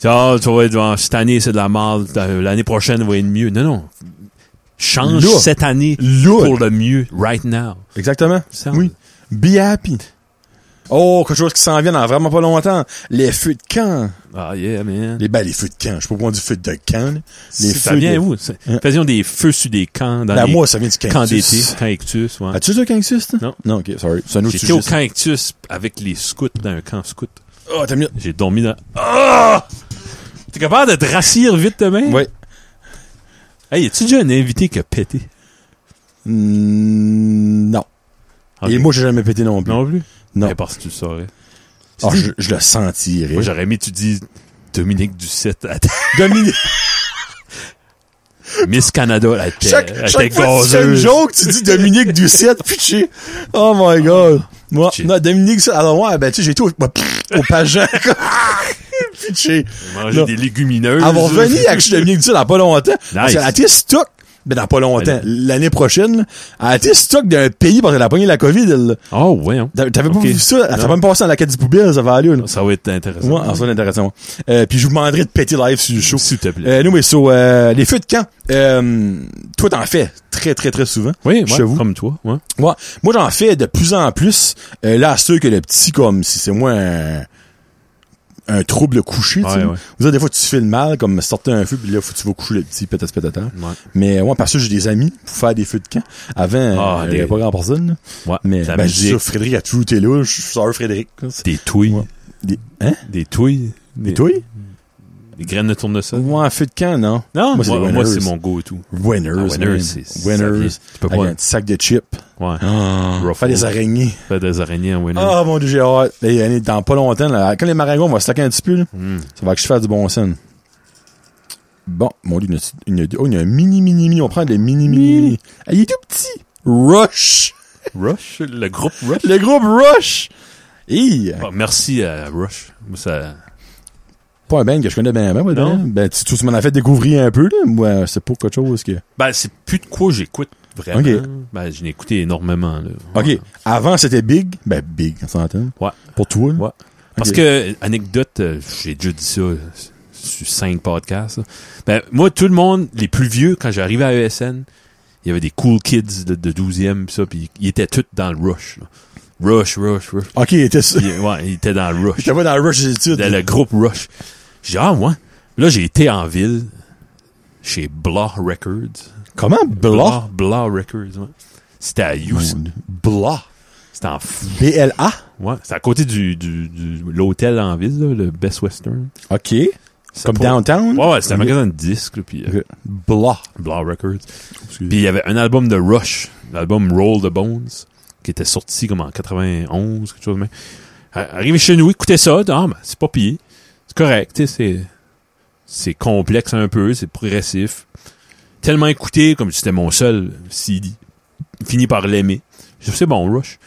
[SPEAKER 2] Tu vois, tu vas être, genre, cette année, c'est de la merde. L'année prochaine, va être mieux. Non, non. Change
[SPEAKER 1] Là.
[SPEAKER 2] cette année
[SPEAKER 1] Là.
[SPEAKER 2] pour le mieux, right now.
[SPEAKER 1] Exactement.
[SPEAKER 2] Ça,
[SPEAKER 1] Oui. Be happy. Oh, quelque chose qui s'en vient dans vraiment pas longtemps. Les feux de camp.
[SPEAKER 2] Ah, yeah, man.
[SPEAKER 1] Les, ben, les feux de camp. Je sais pas pourquoi on dit feux de camp. là. Les
[SPEAKER 2] ça
[SPEAKER 1] feux
[SPEAKER 2] vient
[SPEAKER 1] de...
[SPEAKER 2] où? ça?
[SPEAKER 1] Hein?
[SPEAKER 2] Faisions des feux sur des camps dans
[SPEAKER 1] Ben,
[SPEAKER 2] les
[SPEAKER 1] moi, ça vient du
[SPEAKER 2] camps
[SPEAKER 1] cactus. Ah,
[SPEAKER 2] d'été, camps ictus, ouais.
[SPEAKER 1] As-tu déjà cactus, toi?
[SPEAKER 2] Non.
[SPEAKER 1] Non, ok, sorry. C'est un autre
[SPEAKER 2] J'étais
[SPEAKER 1] sujet.
[SPEAKER 2] au camp ictus avec les scouts dans un camp scout.
[SPEAKER 1] Oh, t'as mis...
[SPEAKER 2] J'ai dormi dans... Ah! T'es capable de te rassir vite demain?
[SPEAKER 1] Ouais.
[SPEAKER 2] Hey, as-tu déjà un invité qui a pété?
[SPEAKER 1] Mm, non.
[SPEAKER 2] Ok.
[SPEAKER 1] Et moi, j'ai jamais pété non plus.
[SPEAKER 2] Non plus?
[SPEAKER 1] Non.
[SPEAKER 2] Eh, parce que tu le saurais.
[SPEAKER 1] Ah, je, je le sentirais.
[SPEAKER 2] Moi, j'aurais aimé, tu dis Dominique Ducette à ta-
[SPEAKER 1] Dominique,
[SPEAKER 2] Miss Canada, là, elle était-
[SPEAKER 1] chaque,
[SPEAKER 2] elle était
[SPEAKER 1] chaque fois que tu fais une
[SPEAKER 2] gazeuse. Ah,
[SPEAKER 1] joke, tu dis Dominique Ducette, pitché. Oh my god. Moi,
[SPEAKER 2] Pitché.
[SPEAKER 1] non, Dominique, ça- alors moi, ben, tu sais, j'ai été au, bah, pff, au pageant, comme- pitché.
[SPEAKER 2] Elle mangeait
[SPEAKER 1] Non.
[SPEAKER 2] des légumineuses.
[SPEAKER 1] Avant venir avec Dominique Ducette dans pas longtemps. Parce qu'elle a été stock, mais dans pas longtemps,
[SPEAKER 2] Elle-
[SPEAKER 1] l'année prochaine, elle a été stock d'un pays parce qu'elle a pogné la COVID, elle.
[SPEAKER 2] Oh, ouais. hein.
[SPEAKER 1] T'avais t'avais
[SPEAKER 2] Ok.
[SPEAKER 1] pas vu ça? Elle
[SPEAKER 2] Non.
[SPEAKER 1] T'as même passé dans la quête du poubelle, ça va aller, là.
[SPEAKER 2] Ça va être intéressant.
[SPEAKER 1] Moi, en soi, intéressant. Euh, puis je vous demanderai de péter live sur le show.
[SPEAKER 2] S'il te plaît.
[SPEAKER 1] Euh, anyway, so, euh, les feux de camp, euh, toi t'en fais très très très souvent.
[SPEAKER 2] oui,
[SPEAKER 1] je
[SPEAKER 2] moi,
[SPEAKER 1] t'avoue.
[SPEAKER 2] comme toi. Ouais.
[SPEAKER 1] Moi, moi j'en fais de plus en plus. Euh, là, ceux que le petit comme si c'est moi un, un trouble couché, tu
[SPEAKER 2] Ouais,
[SPEAKER 1] sais.
[SPEAKER 2] ouais.
[SPEAKER 1] Vous savez, des fois tu fais le mal, comme sortir un feu, puis là faut que tu vas coucher le petit pétasse pétata.
[SPEAKER 2] Ouais.
[SPEAKER 1] Mais moi, parce que j'ai des amis pour faire des feux de camp. Avant,
[SPEAKER 2] Ah,
[SPEAKER 1] euh,
[SPEAKER 2] des-
[SPEAKER 1] il y avait pas grand personne. là.
[SPEAKER 2] Ouais.
[SPEAKER 1] Mais
[SPEAKER 2] La
[SPEAKER 1] ben, je dis
[SPEAKER 2] musique,
[SPEAKER 1] ça, Frédéric a toujours été là. Je suis sorry, Frédéric.
[SPEAKER 2] des touilles.
[SPEAKER 1] Ouais. Des- hein?
[SPEAKER 2] Des touilles. Des,
[SPEAKER 1] Et toi?
[SPEAKER 2] des graines de tournesol.
[SPEAKER 1] Moi, un feu de camp, non.
[SPEAKER 2] Non,
[SPEAKER 1] Moi, c'est
[SPEAKER 2] moi,
[SPEAKER 1] des
[SPEAKER 2] moi,
[SPEAKER 1] winners.
[SPEAKER 2] c'est mon go et tout.
[SPEAKER 1] Winners.
[SPEAKER 2] Ah, winners,
[SPEAKER 1] man.
[SPEAKER 2] c'est- c'est-
[SPEAKER 1] Winners.
[SPEAKER 2] ça vient. Tu peux pas-
[SPEAKER 1] Avec un petit sac de chips.
[SPEAKER 2] Ouais.
[SPEAKER 1] On
[SPEAKER 2] Ruffles. Mm.
[SPEAKER 1] Faire des araignées.
[SPEAKER 2] Faire des araignées en winner.
[SPEAKER 1] Ah, mon dieu, j'ai hâte. Et, euh, dans pas longtemps, là, quand les marangons vont se taquer un petit peu, là,
[SPEAKER 2] Mm.
[SPEAKER 1] ça va que je fasse du bon son. Bon, mon dieu, il y en a- il y en a, oh, il y a un mini, mini, mini. On prend des mini, mini, mini. Ah, il est tout petit. Rush.
[SPEAKER 2] Rush, le groupe Rush.
[SPEAKER 1] Le groupe Rush. Hi.
[SPEAKER 2] Ah, merci à Rush. Moi, ça...
[SPEAKER 1] Pas un band que je connais bien, bien, moi,
[SPEAKER 2] Non.
[SPEAKER 1] dedans. Ben, tu, tu m'en as fait découvrir un peu, là. Moi, c'est pas quelque chose que.
[SPEAKER 2] Ben, c'est plus de quoi j'écoute vraiment.
[SPEAKER 1] Ok.
[SPEAKER 2] Ben, je n'ai écouté énormément. Là.
[SPEAKER 1] OK.
[SPEAKER 2] Ouais.
[SPEAKER 1] Avant, c'était big. Ben, big, on s'entend.
[SPEAKER 2] Ouais.
[SPEAKER 1] Pour toi, là.
[SPEAKER 2] Ouais. Parce
[SPEAKER 1] Ok.
[SPEAKER 2] que, anecdote, euh, j'ai déjà dit ça euh, sur cinq podcasts. là. Ben, moi, tout le monde, les plus vieux, quand j'arrivais à ESN, il y avait des cool kids de, de 12e, pis ça, puis ils étaient tous dans le rush. là. Rush, rush, rush.
[SPEAKER 1] OK, il était sûr.
[SPEAKER 2] Ils- ouais, ils étaient dans le rush.
[SPEAKER 1] J'étais pas dans le rush des études.
[SPEAKER 2] Dans le groupe Rush. J'ai dit, ah, moi. Là, j'ai été en ville, chez Blah Records.
[SPEAKER 1] Comment? Blah? Oh,
[SPEAKER 2] Blah, Blah Records, ouais. C'était à Houston.
[SPEAKER 1] Blah.
[SPEAKER 2] C'était en fou.
[SPEAKER 1] B-L-A?
[SPEAKER 2] Ouais, c'est à côté du, du, du- l'hôtel en ville, là, le Best Western.
[SPEAKER 1] OK.
[SPEAKER 2] C'est
[SPEAKER 1] Comme
[SPEAKER 2] pas-
[SPEAKER 1] Downtown?
[SPEAKER 2] Ouais, ouais, c'était un
[SPEAKER 1] Ok.
[SPEAKER 2] magasin de disques, là, puis euh,
[SPEAKER 1] Ok. Blah.
[SPEAKER 2] Blah Records. Puis il y avait un album de Rush, l'album Roll the Bones, qui était sorti comme en 91, quelque chose de même. A- Arrivé chez nous, écoutez ça, ah, ben, c'est pas pire. C'est correct, tu sais, c'est, c'est complexe un peu, c'est progressif. Tellement écouté, comme si c'était mon seul CD. Fini par l'aimer. Je sais, bon, Rush.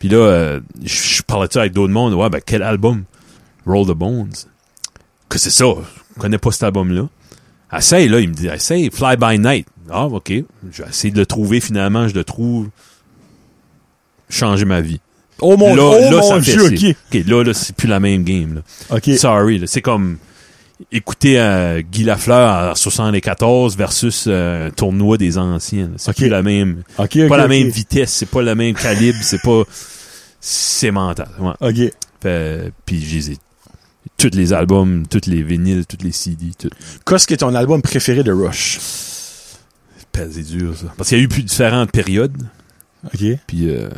[SPEAKER 2] Puis là, euh, je je parlais de ça avec d'autres mondes. Ouais, ben, quel album? Roll the Bones. Que c'est ça? Je connais pas cet album-là. Essaye, là, il me dit, essaye, Fly by Night. Ah, ok. J'ai essayé de le trouver, finalement, je le trouve. Changer ma vie.
[SPEAKER 1] Oh mon,
[SPEAKER 2] là,
[SPEAKER 1] oh
[SPEAKER 2] là,
[SPEAKER 1] mon
[SPEAKER 2] ça fait
[SPEAKER 1] dieu,
[SPEAKER 2] c'est-
[SPEAKER 1] OK.
[SPEAKER 2] OK, là, là, c'est plus la même game, là.
[SPEAKER 1] OK.
[SPEAKER 2] Sorry, là. C'est comme écouter euh, Guy Lafleur en 74 versus euh, un tournoi des anciens. là. C'est
[SPEAKER 1] OK.
[SPEAKER 2] plus la même.
[SPEAKER 1] OK, OK.
[SPEAKER 2] pas la même
[SPEAKER 1] OK.
[SPEAKER 2] vitesse, c'est pas le même calibre, c'est pas. C'est mental. Ouais.
[SPEAKER 1] OK.
[SPEAKER 2] Fait- Puis j'ai tous les albums, tous les vinyles, tous les CD, tout.
[SPEAKER 1] Qu'est-ce qui est ton album préféré de Rush?
[SPEAKER 2] Ben, C'est dur, ça. Parce qu'il y a eu plus différentes périodes.
[SPEAKER 1] OK.
[SPEAKER 2] Puis euh,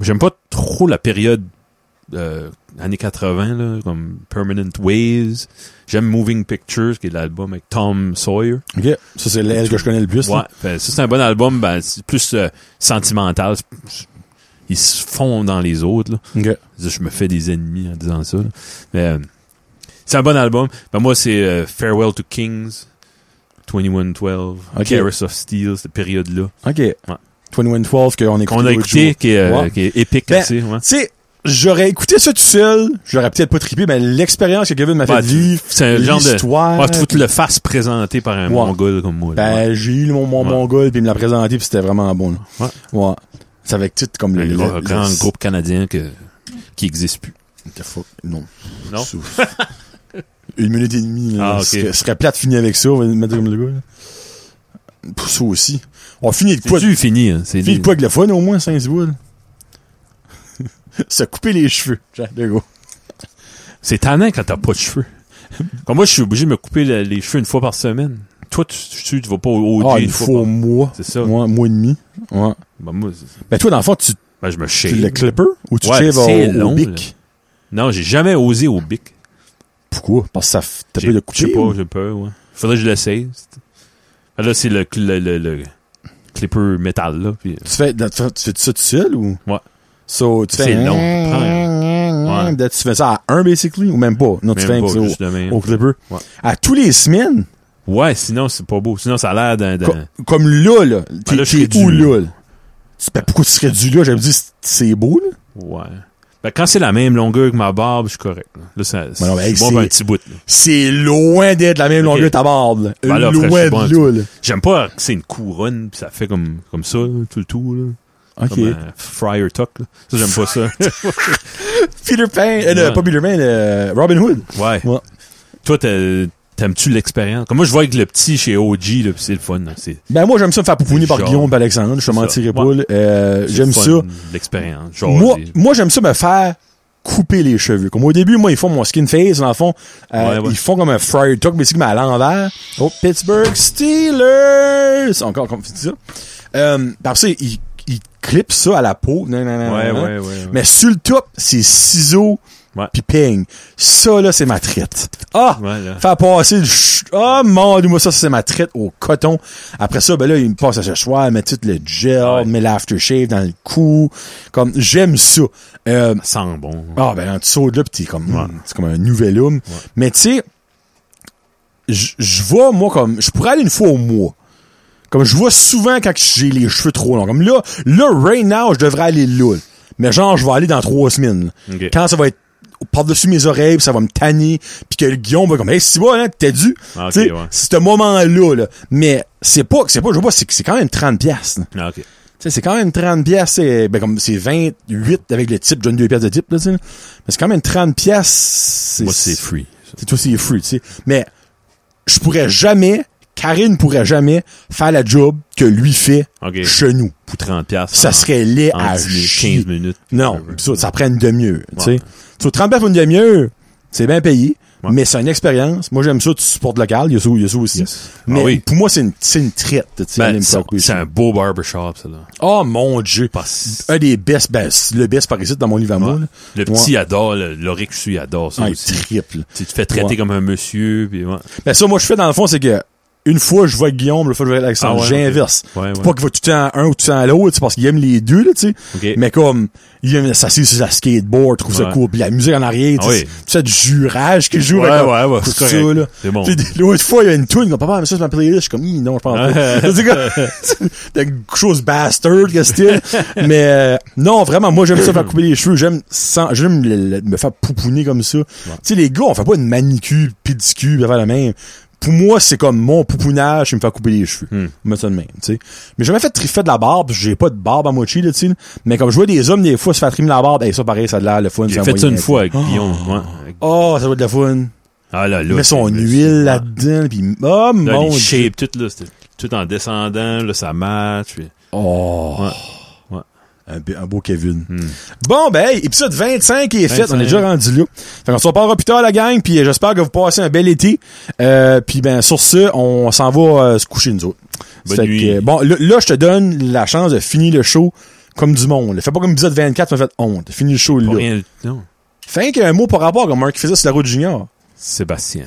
[SPEAKER 2] j'aime pas trop la période euh, années 80, là, comme Permanent Waves. J'aime Moving Pictures, qui est l'album avec Tom Sawyer.
[SPEAKER 1] OK. Ça, c'est l'aile que je connais le plus.
[SPEAKER 2] Ouais,
[SPEAKER 1] là.
[SPEAKER 2] fait, ça, c'est un bon album, ben, c'est plus euh, sentimental. C'est- Ils se font dans les autres. là.
[SPEAKER 1] OK.
[SPEAKER 2] Je je me fais des ennemis en disant ça. là. Mais, euh, c'est un bon album. Ben, moi, c'est euh, Farewell to Kings, 2112,
[SPEAKER 1] Ok.
[SPEAKER 2] Caress of Steel, cette période-là.
[SPEAKER 1] OK. 2112 qu'on écoute.
[SPEAKER 2] Qu'on a écouté, qui est, euh,
[SPEAKER 1] Ouais.
[SPEAKER 2] qui est épique
[SPEAKER 1] Ben,
[SPEAKER 2] assez. Ouais.
[SPEAKER 1] Tu sais, j'aurais écouté ça tout seul. J'aurais peut-être pas trippé, mais l'expérience que Kevin m'a fait
[SPEAKER 2] Ben, tu-
[SPEAKER 1] vivre,
[SPEAKER 2] c'est un genre de...
[SPEAKER 1] l'histoire...
[SPEAKER 2] Ouais, faut que tu le fasses présenter par un
[SPEAKER 1] Ouais.
[SPEAKER 2] mongol comme moi. là.
[SPEAKER 1] Ben, j'ai eu mon, mon
[SPEAKER 2] Ouais.
[SPEAKER 1] mongol, puis il me l'a présenté, puis c'était vraiment bon. là.
[SPEAKER 2] Ouais.
[SPEAKER 1] Ouais. C'est avec tout comme le,
[SPEAKER 2] Ouais. un
[SPEAKER 1] le-
[SPEAKER 2] gros-
[SPEAKER 1] le-
[SPEAKER 2] grand groupe canadien que, qui n'existe plus.
[SPEAKER 1] The fuck, Non.
[SPEAKER 2] Non?
[SPEAKER 1] Souffle. une minute et demie. Là,
[SPEAKER 2] Ah, ok.
[SPEAKER 1] ce, serait, ce serait plate de finir avec ça. On va le mettre comme le gars. là. Pour ça aussi. On finit de quoi?
[SPEAKER 2] C'est-tu fini, hein? C'est
[SPEAKER 1] Fille de quoi avec le fun au moins, saint bois Se couper les cheveux, Jack de Gaulle.
[SPEAKER 2] C'est tannant quand t'as pas de cheveux. Comme moi, je suis obligé de me couper la- les cheveux une fois par semaine. Toi, tu, tu, tu vas pas au OG
[SPEAKER 1] Ah,
[SPEAKER 2] une fois.
[SPEAKER 1] au
[SPEAKER 2] par-
[SPEAKER 1] mois.
[SPEAKER 2] C'est ça.
[SPEAKER 1] Mois, mois et demi. Ouais.
[SPEAKER 2] Ben, moi, c'est-
[SPEAKER 1] Ben, toi, dans le fond, tu,
[SPEAKER 2] ben, je me
[SPEAKER 1] tu
[SPEAKER 2] shave.
[SPEAKER 1] le clipper ou tu
[SPEAKER 2] Ouais,
[SPEAKER 1] shaves au,
[SPEAKER 2] c'est
[SPEAKER 1] au
[SPEAKER 2] long,
[SPEAKER 1] bic?
[SPEAKER 2] Non, j'ai jamais osé au bic.
[SPEAKER 1] Pourquoi? Parce que ça, f- t'as
[SPEAKER 2] J'ai-
[SPEAKER 1] peur de
[SPEAKER 2] Je
[SPEAKER 1] couper.
[SPEAKER 2] sais pas,
[SPEAKER 1] ou-
[SPEAKER 2] j'ai peur, ouais. Faudrait que je l'essaye. C'est- Ah, Là, c'est le, cl- le, le, le clipper métal, là. Puis, euh,
[SPEAKER 1] Tu fais, tu fais, tu fais ça tout seul ou?
[SPEAKER 2] Ouais.
[SPEAKER 1] So, tu fais.
[SPEAKER 2] C'est long. Prends-
[SPEAKER 1] Là, Tu fais ça à un, basically, ou même pas? Non, tu
[SPEAKER 2] même
[SPEAKER 1] fais un
[SPEAKER 2] pas,
[SPEAKER 1] petit
[SPEAKER 2] juste de même.
[SPEAKER 1] au, au clipper.
[SPEAKER 2] Ouais.
[SPEAKER 1] À tous les semaines,
[SPEAKER 2] Ouais, sinon, c'est pas beau. Sinon, ça a l'air d'un. d'un-
[SPEAKER 1] co- comme là, là. T'es
[SPEAKER 2] Ben. là, je serais
[SPEAKER 1] t'es où
[SPEAKER 2] dû,
[SPEAKER 1] là? là? Tu- Ben, pourquoi tu serais du là? J'avais dit, c'est- c'est beau, là.
[SPEAKER 2] Ouais. Ben, quand c'est la même longueur que ma barbe, je suis correct. Là, là ça, c'est
[SPEAKER 1] non, ben, hey,
[SPEAKER 2] bon
[SPEAKER 1] c'est-
[SPEAKER 2] pour un petit bout. là.
[SPEAKER 1] C'est loin d'être la même
[SPEAKER 2] Ok.
[SPEAKER 1] longueur que ta barbe. là.
[SPEAKER 2] Ben là, frère,
[SPEAKER 1] loin
[SPEAKER 2] je suis
[SPEAKER 1] de
[SPEAKER 2] bon,
[SPEAKER 1] là, là.
[SPEAKER 2] J'aime pas que c'est une couronne, pis ça fait comme, comme ça, là, tout le tout, là.
[SPEAKER 1] OK.
[SPEAKER 2] Comme un fryer tuck, là. Ça, j'aime pas ça.
[SPEAKER 1] Peter Pan, euh,
[SPEAKER 2] Ouais.
[SPEAKER 1] le- pas Peter Pan, le Robin Hood.
[SPEAKER 2] ouais.
[SPEAKER 1] Ouais.
[SPEAKER 2] Toi, t'as- t'aimes-tu l'expérience? Comme moi, je vois avec le petit chez OG, là, pis c'est le fun, là. C'est
[SPEAKER 1] Ben moi, j'aime ça me faire pouponner par
[SPEAKER 2] Genre.
[SPEAKER 1] Guillaume et Alexandre, je te
[SPEAKER 2] C'est ça.
[SPEAKER 1] mentirai pas.
[SPEAKER 2] Ouais.
[SPEAKER 1] là. Euh,
[SPEAKER 2] c'est
[SPEAKER 1] j'aime
[SPEAKER 2] le
[SPEAKER 1] ça.
[SPEAKER 2] fun, L'expérience. Genre,
[SPEAKER 1] Moi,
[SPEAKER 2] des-
[SPEAKER 1] moi j'aime ça me faire couper les cheveux. Comme au début, moi, ils font mon skin face, dans le fond. Euh,
[SPEAKER 2] Ouais, ouais.
[SPEAKER 1] Ils font comme un fryer tuck, mais c'est comme à l'envers. Oh, Pittsburgh Steelers! Encore comme tu dis ça. Euh, parce que ils, ils clipent ça à la peau. Nan, nan, nan,
[SPEAKER 2] Ouais,
[SPEAKER 1] nan, nan.
[SPEAKER 2] ouais, ouais, ouais.
[SPEAKER 1] Mais sur le top, c'est ciseaux
[SPEAKER 2] Ouais.
[SPEAKER 1] pis ping. Ça, là, c'est ma traite. Ah!
[SPEAKER 2] Ouais, là.
[SPEAKER 1] Faire passer le ch... Ah, mon Dieu, moi, ça, c'est ma traite au coton. Après ça, ben là, il me passe à séchoir, met tout le gel,
[SPEAKER 2] Ouais.
[SPEAKER 1] met l'aftershave dans le cou. Comme, j'aime ça. Euh,
[SPEAKER 2] Ça sent bon.
[SPEAKER 1] ah, ben, en dessous de là, pis t'es comme,
[SPEAKER 2] Ouais.
[SPEAKER 1] hmm, c'est comme un nouvel homme. Mais tu sais, je je vois, moi, comme, je pourrais aller une fois au mois. Comme je vois souvent quand j'ai les cheveux trop longs. Comme là, là, right now, je devrais aller là. Mais genre, je vais aller dans trois semaines.
[SPEAKER 2] Ok.
[SPEAKER 1] Quand ça va être par-dessus mes oreilles, puis ça va me tanner, puis que le Guillaume va comme, hey, c'est bon, hein, t'es dû.
[SPEAKER 2] Ah, ok,
[SPEAKER 1] Tu sais,
[SPEAKER 2] ouais.
[SPEAKER 1] C'est ce moment-là, là. Mais c'est pas, c'est pas, je vois, c'est c'est quand même 30 piastres. là.
[SPEAKER 2] Ah, ok.
[SPEAKER 1] Tu sais, c'est quand même 30 pièces, c'est- ben comme c'est 28 avec le type, je donne 2 pièces de type là, tu sais. là. Mais c'est quand même 30 pièces, c'est
[SPEAKER 2] Moi, c'est free. ça.
[SPEAKER 1] c'est toi c'est fruit, tu sais. Mais je pourrais jamais Karine pourrait jamais faire la job que lui fait
[SPEAKER 2] Ok.
[SPEAKER 1] chez nous.
[SPEAKER 2] Pour 30 piastres.
[SPEAKER 1] Ça
[SPEAKER 2] en-
[SPEAKER 1] serait laid
[SPEAKER 2] en
[SPEAKER 1] à
[SPEAKER 2] 10 minutes,
[SPEAKER 1] chier.
[SPEAKER 2] 15 minutes.
[SPEAKER 1] Non,
[SPEAKER 2] Whatever.
[SPEAKER 1] ça, ça prend une demi-heure, tu sais.
[SPEAKER 2] Ouais.
[SPEAKER 1] So, 30 pièces pour une demi-heure, c'est bien payé,
[SPEAKER 2] Ouais.
[SPEAKER 1] mais c'est une expérience. Moi, j'aime ça, tu supportes local, il y a ça, il y a ça aussi.
[SPEAKER 2] Yes. Ah
[SPEAKER 1] Mais
[SPEAKER 2] oui.
[SPEAKER 1] pour moi, c'est une, c'est une traite, tu sais. aller
[SPEAKER 2] Ben,
[SPEAKER 1] me
[SPEAKER 2] ça-
[SPEAKER 1] faire couper.
[SPEAKER 2] c'est un beau barbershop, ça, là.
[SPEAKER 1] Oh mon dieu.
[SPEAKER 2] Parce-
[SPEAKER 1] Un des best, ben, c'est le best par ici dans mon livre à moi. là.
[SPEAKER 2] Le
[SPEAKER 1] Ouais.
[SPEAKER 2] petit adore, le, le Rick Sui adore ça
[SPEAKER 1] Ah, il
[SPEAKER 2] aussi.
[SPEAKER 1] triple.
[SPEAKER 2] Tu te fais traiter
[SPEAKER 1] Ouais.
[SPEAKER 2] comme un monsieur, puis ouais.
[SPEAKER 1] Ben, ça, moi, je fais dans le fond, c'est que une fois, je vois Guillaume, l'autre fois, je vois Alexandre.
[SPEAKER 2] Ah ouais,
[SPEAKER 1] J'inverse.
[SPEAKER 2] ok. Ouais,
[SPEAKER 1] C'est
[SPEAKER 2] ouais.
[SPEAKER 1] Pas qu'il va tout le temps à un ou tout le temps à l'autre, c'est parce qu'il aime les deux, là, tu sais.
[SPEAKER 2] Ok.
[SPEAKER 1] Mais comme, il aime s'asseoir sur la skateboard, trouve ça
[SPEAKER 2] Ouais.
[SPEAKER 1] cool, puis la musique en arrière, tu
[SPEAKER 2] Ah
[SPEAKER 1] sais.
[SPEAKER 2] oui.
[SPEAKER 1] c'est- C'est du jurage qu'il joue
[SPEAKER 2] Ouais,
[SPEAKER 1] avec,
[SPEAKER 2] ouais, ouais,
[SPEAKER 1] tout
[SPEAKER 2] c'est
[SPEAKER 1] ça,
[SPEAKER 2] correct.
[SPEAKER 1] là.
[SPEAKER 2] C'est bon.
[SPEAKER 1] Puis L'autre fois, il y a une tune, comme, papa, mais ça, c'est ma playlist. Je suis comme, Hi, non, je pense pas. C'est comme, t'as quelque chose bastard, que style. mais, euh, non, vraiment, moi, j'aime ça faire couper les cheveux. J'aime sans, j'aime le- le- me faire pouponner comme ça. Tu sais, les gars, on fait pas une manicure, pédicure, faire la main. Pour moi, c'est comme mon poupounage, je me faire couper les cheveux.
[SPEAKER 2] Hmm.
[SPEAKER 1] On met ça de même, tu sais. Mais j'ai jamais fait triffer de la barbe, j'ai pas de barbe à moitié, là, tu sais. Mais comme je vois des hommes, des fois, se faire trimmer la barbe, et ça, pareil, ça a de l'air, le fun. c'est
[SPEAKER 2] J'ai
[SPEAKER 1] un
[SPEAKER 2] fait ça
[SPEAKER 1] moyen.
[SPEAKER 2] une fois avec Guillaume. ouais.
[SPEAKER 1] Oh, ça doit être le fun.
[SPEAKER 2] Ah là, là.
[SPEAKER 1] Ah! Il met son
[SPEAKER 2] c'est-
[SPEAKER 1] huile là-dedans, pis, oh
[SPEAKER 2] Là,
[SPEAKER 1] mon
[SPEAKER 2] les
[SPEAKER 1] dieu.
[SPEAKER 2] shapes, tout, là, c'était tout en descendant, là, ça match. Puis...
[SPEAKER 1] Oh.
[SPEAKER 2] Ouais.
[SPEAKER 1] Un, be- un beau Kevin.
[SPEAKER 2] Hmm.
[SPEAKER 1] Bon, ben, hey, épisode 25 est fait. On
[SPEAKER 2] 25.
[SPEAKER 1] est déjà rendu là. Fait qu'on se reparlera plus tard, la gang, puis euh, j'espère que vous passez un bel été. Euh, puis ben, sur ce, on s'en va euh, se coucher, nous autres.
[SPEAKER 2] Bonne
[SPEAKER 1] Fait que,
[SPEAKER 2] nuit.
[SPEAKER 1] euh, bon, là, là, je te donne la chance de finir le show comme du monde. là. Fais pas comme épisode 24, tu m'as fait honte. Finis le show
[SPEAKER 2] Pas
[SPEAKER 1] là.
[SPEAKER 2] rien. Non.
[SPEAKER 1] Fait qu'un mot par rapport, comme Marc qui faisait sur la route junior.
[SPEAKER 2] Sébastien.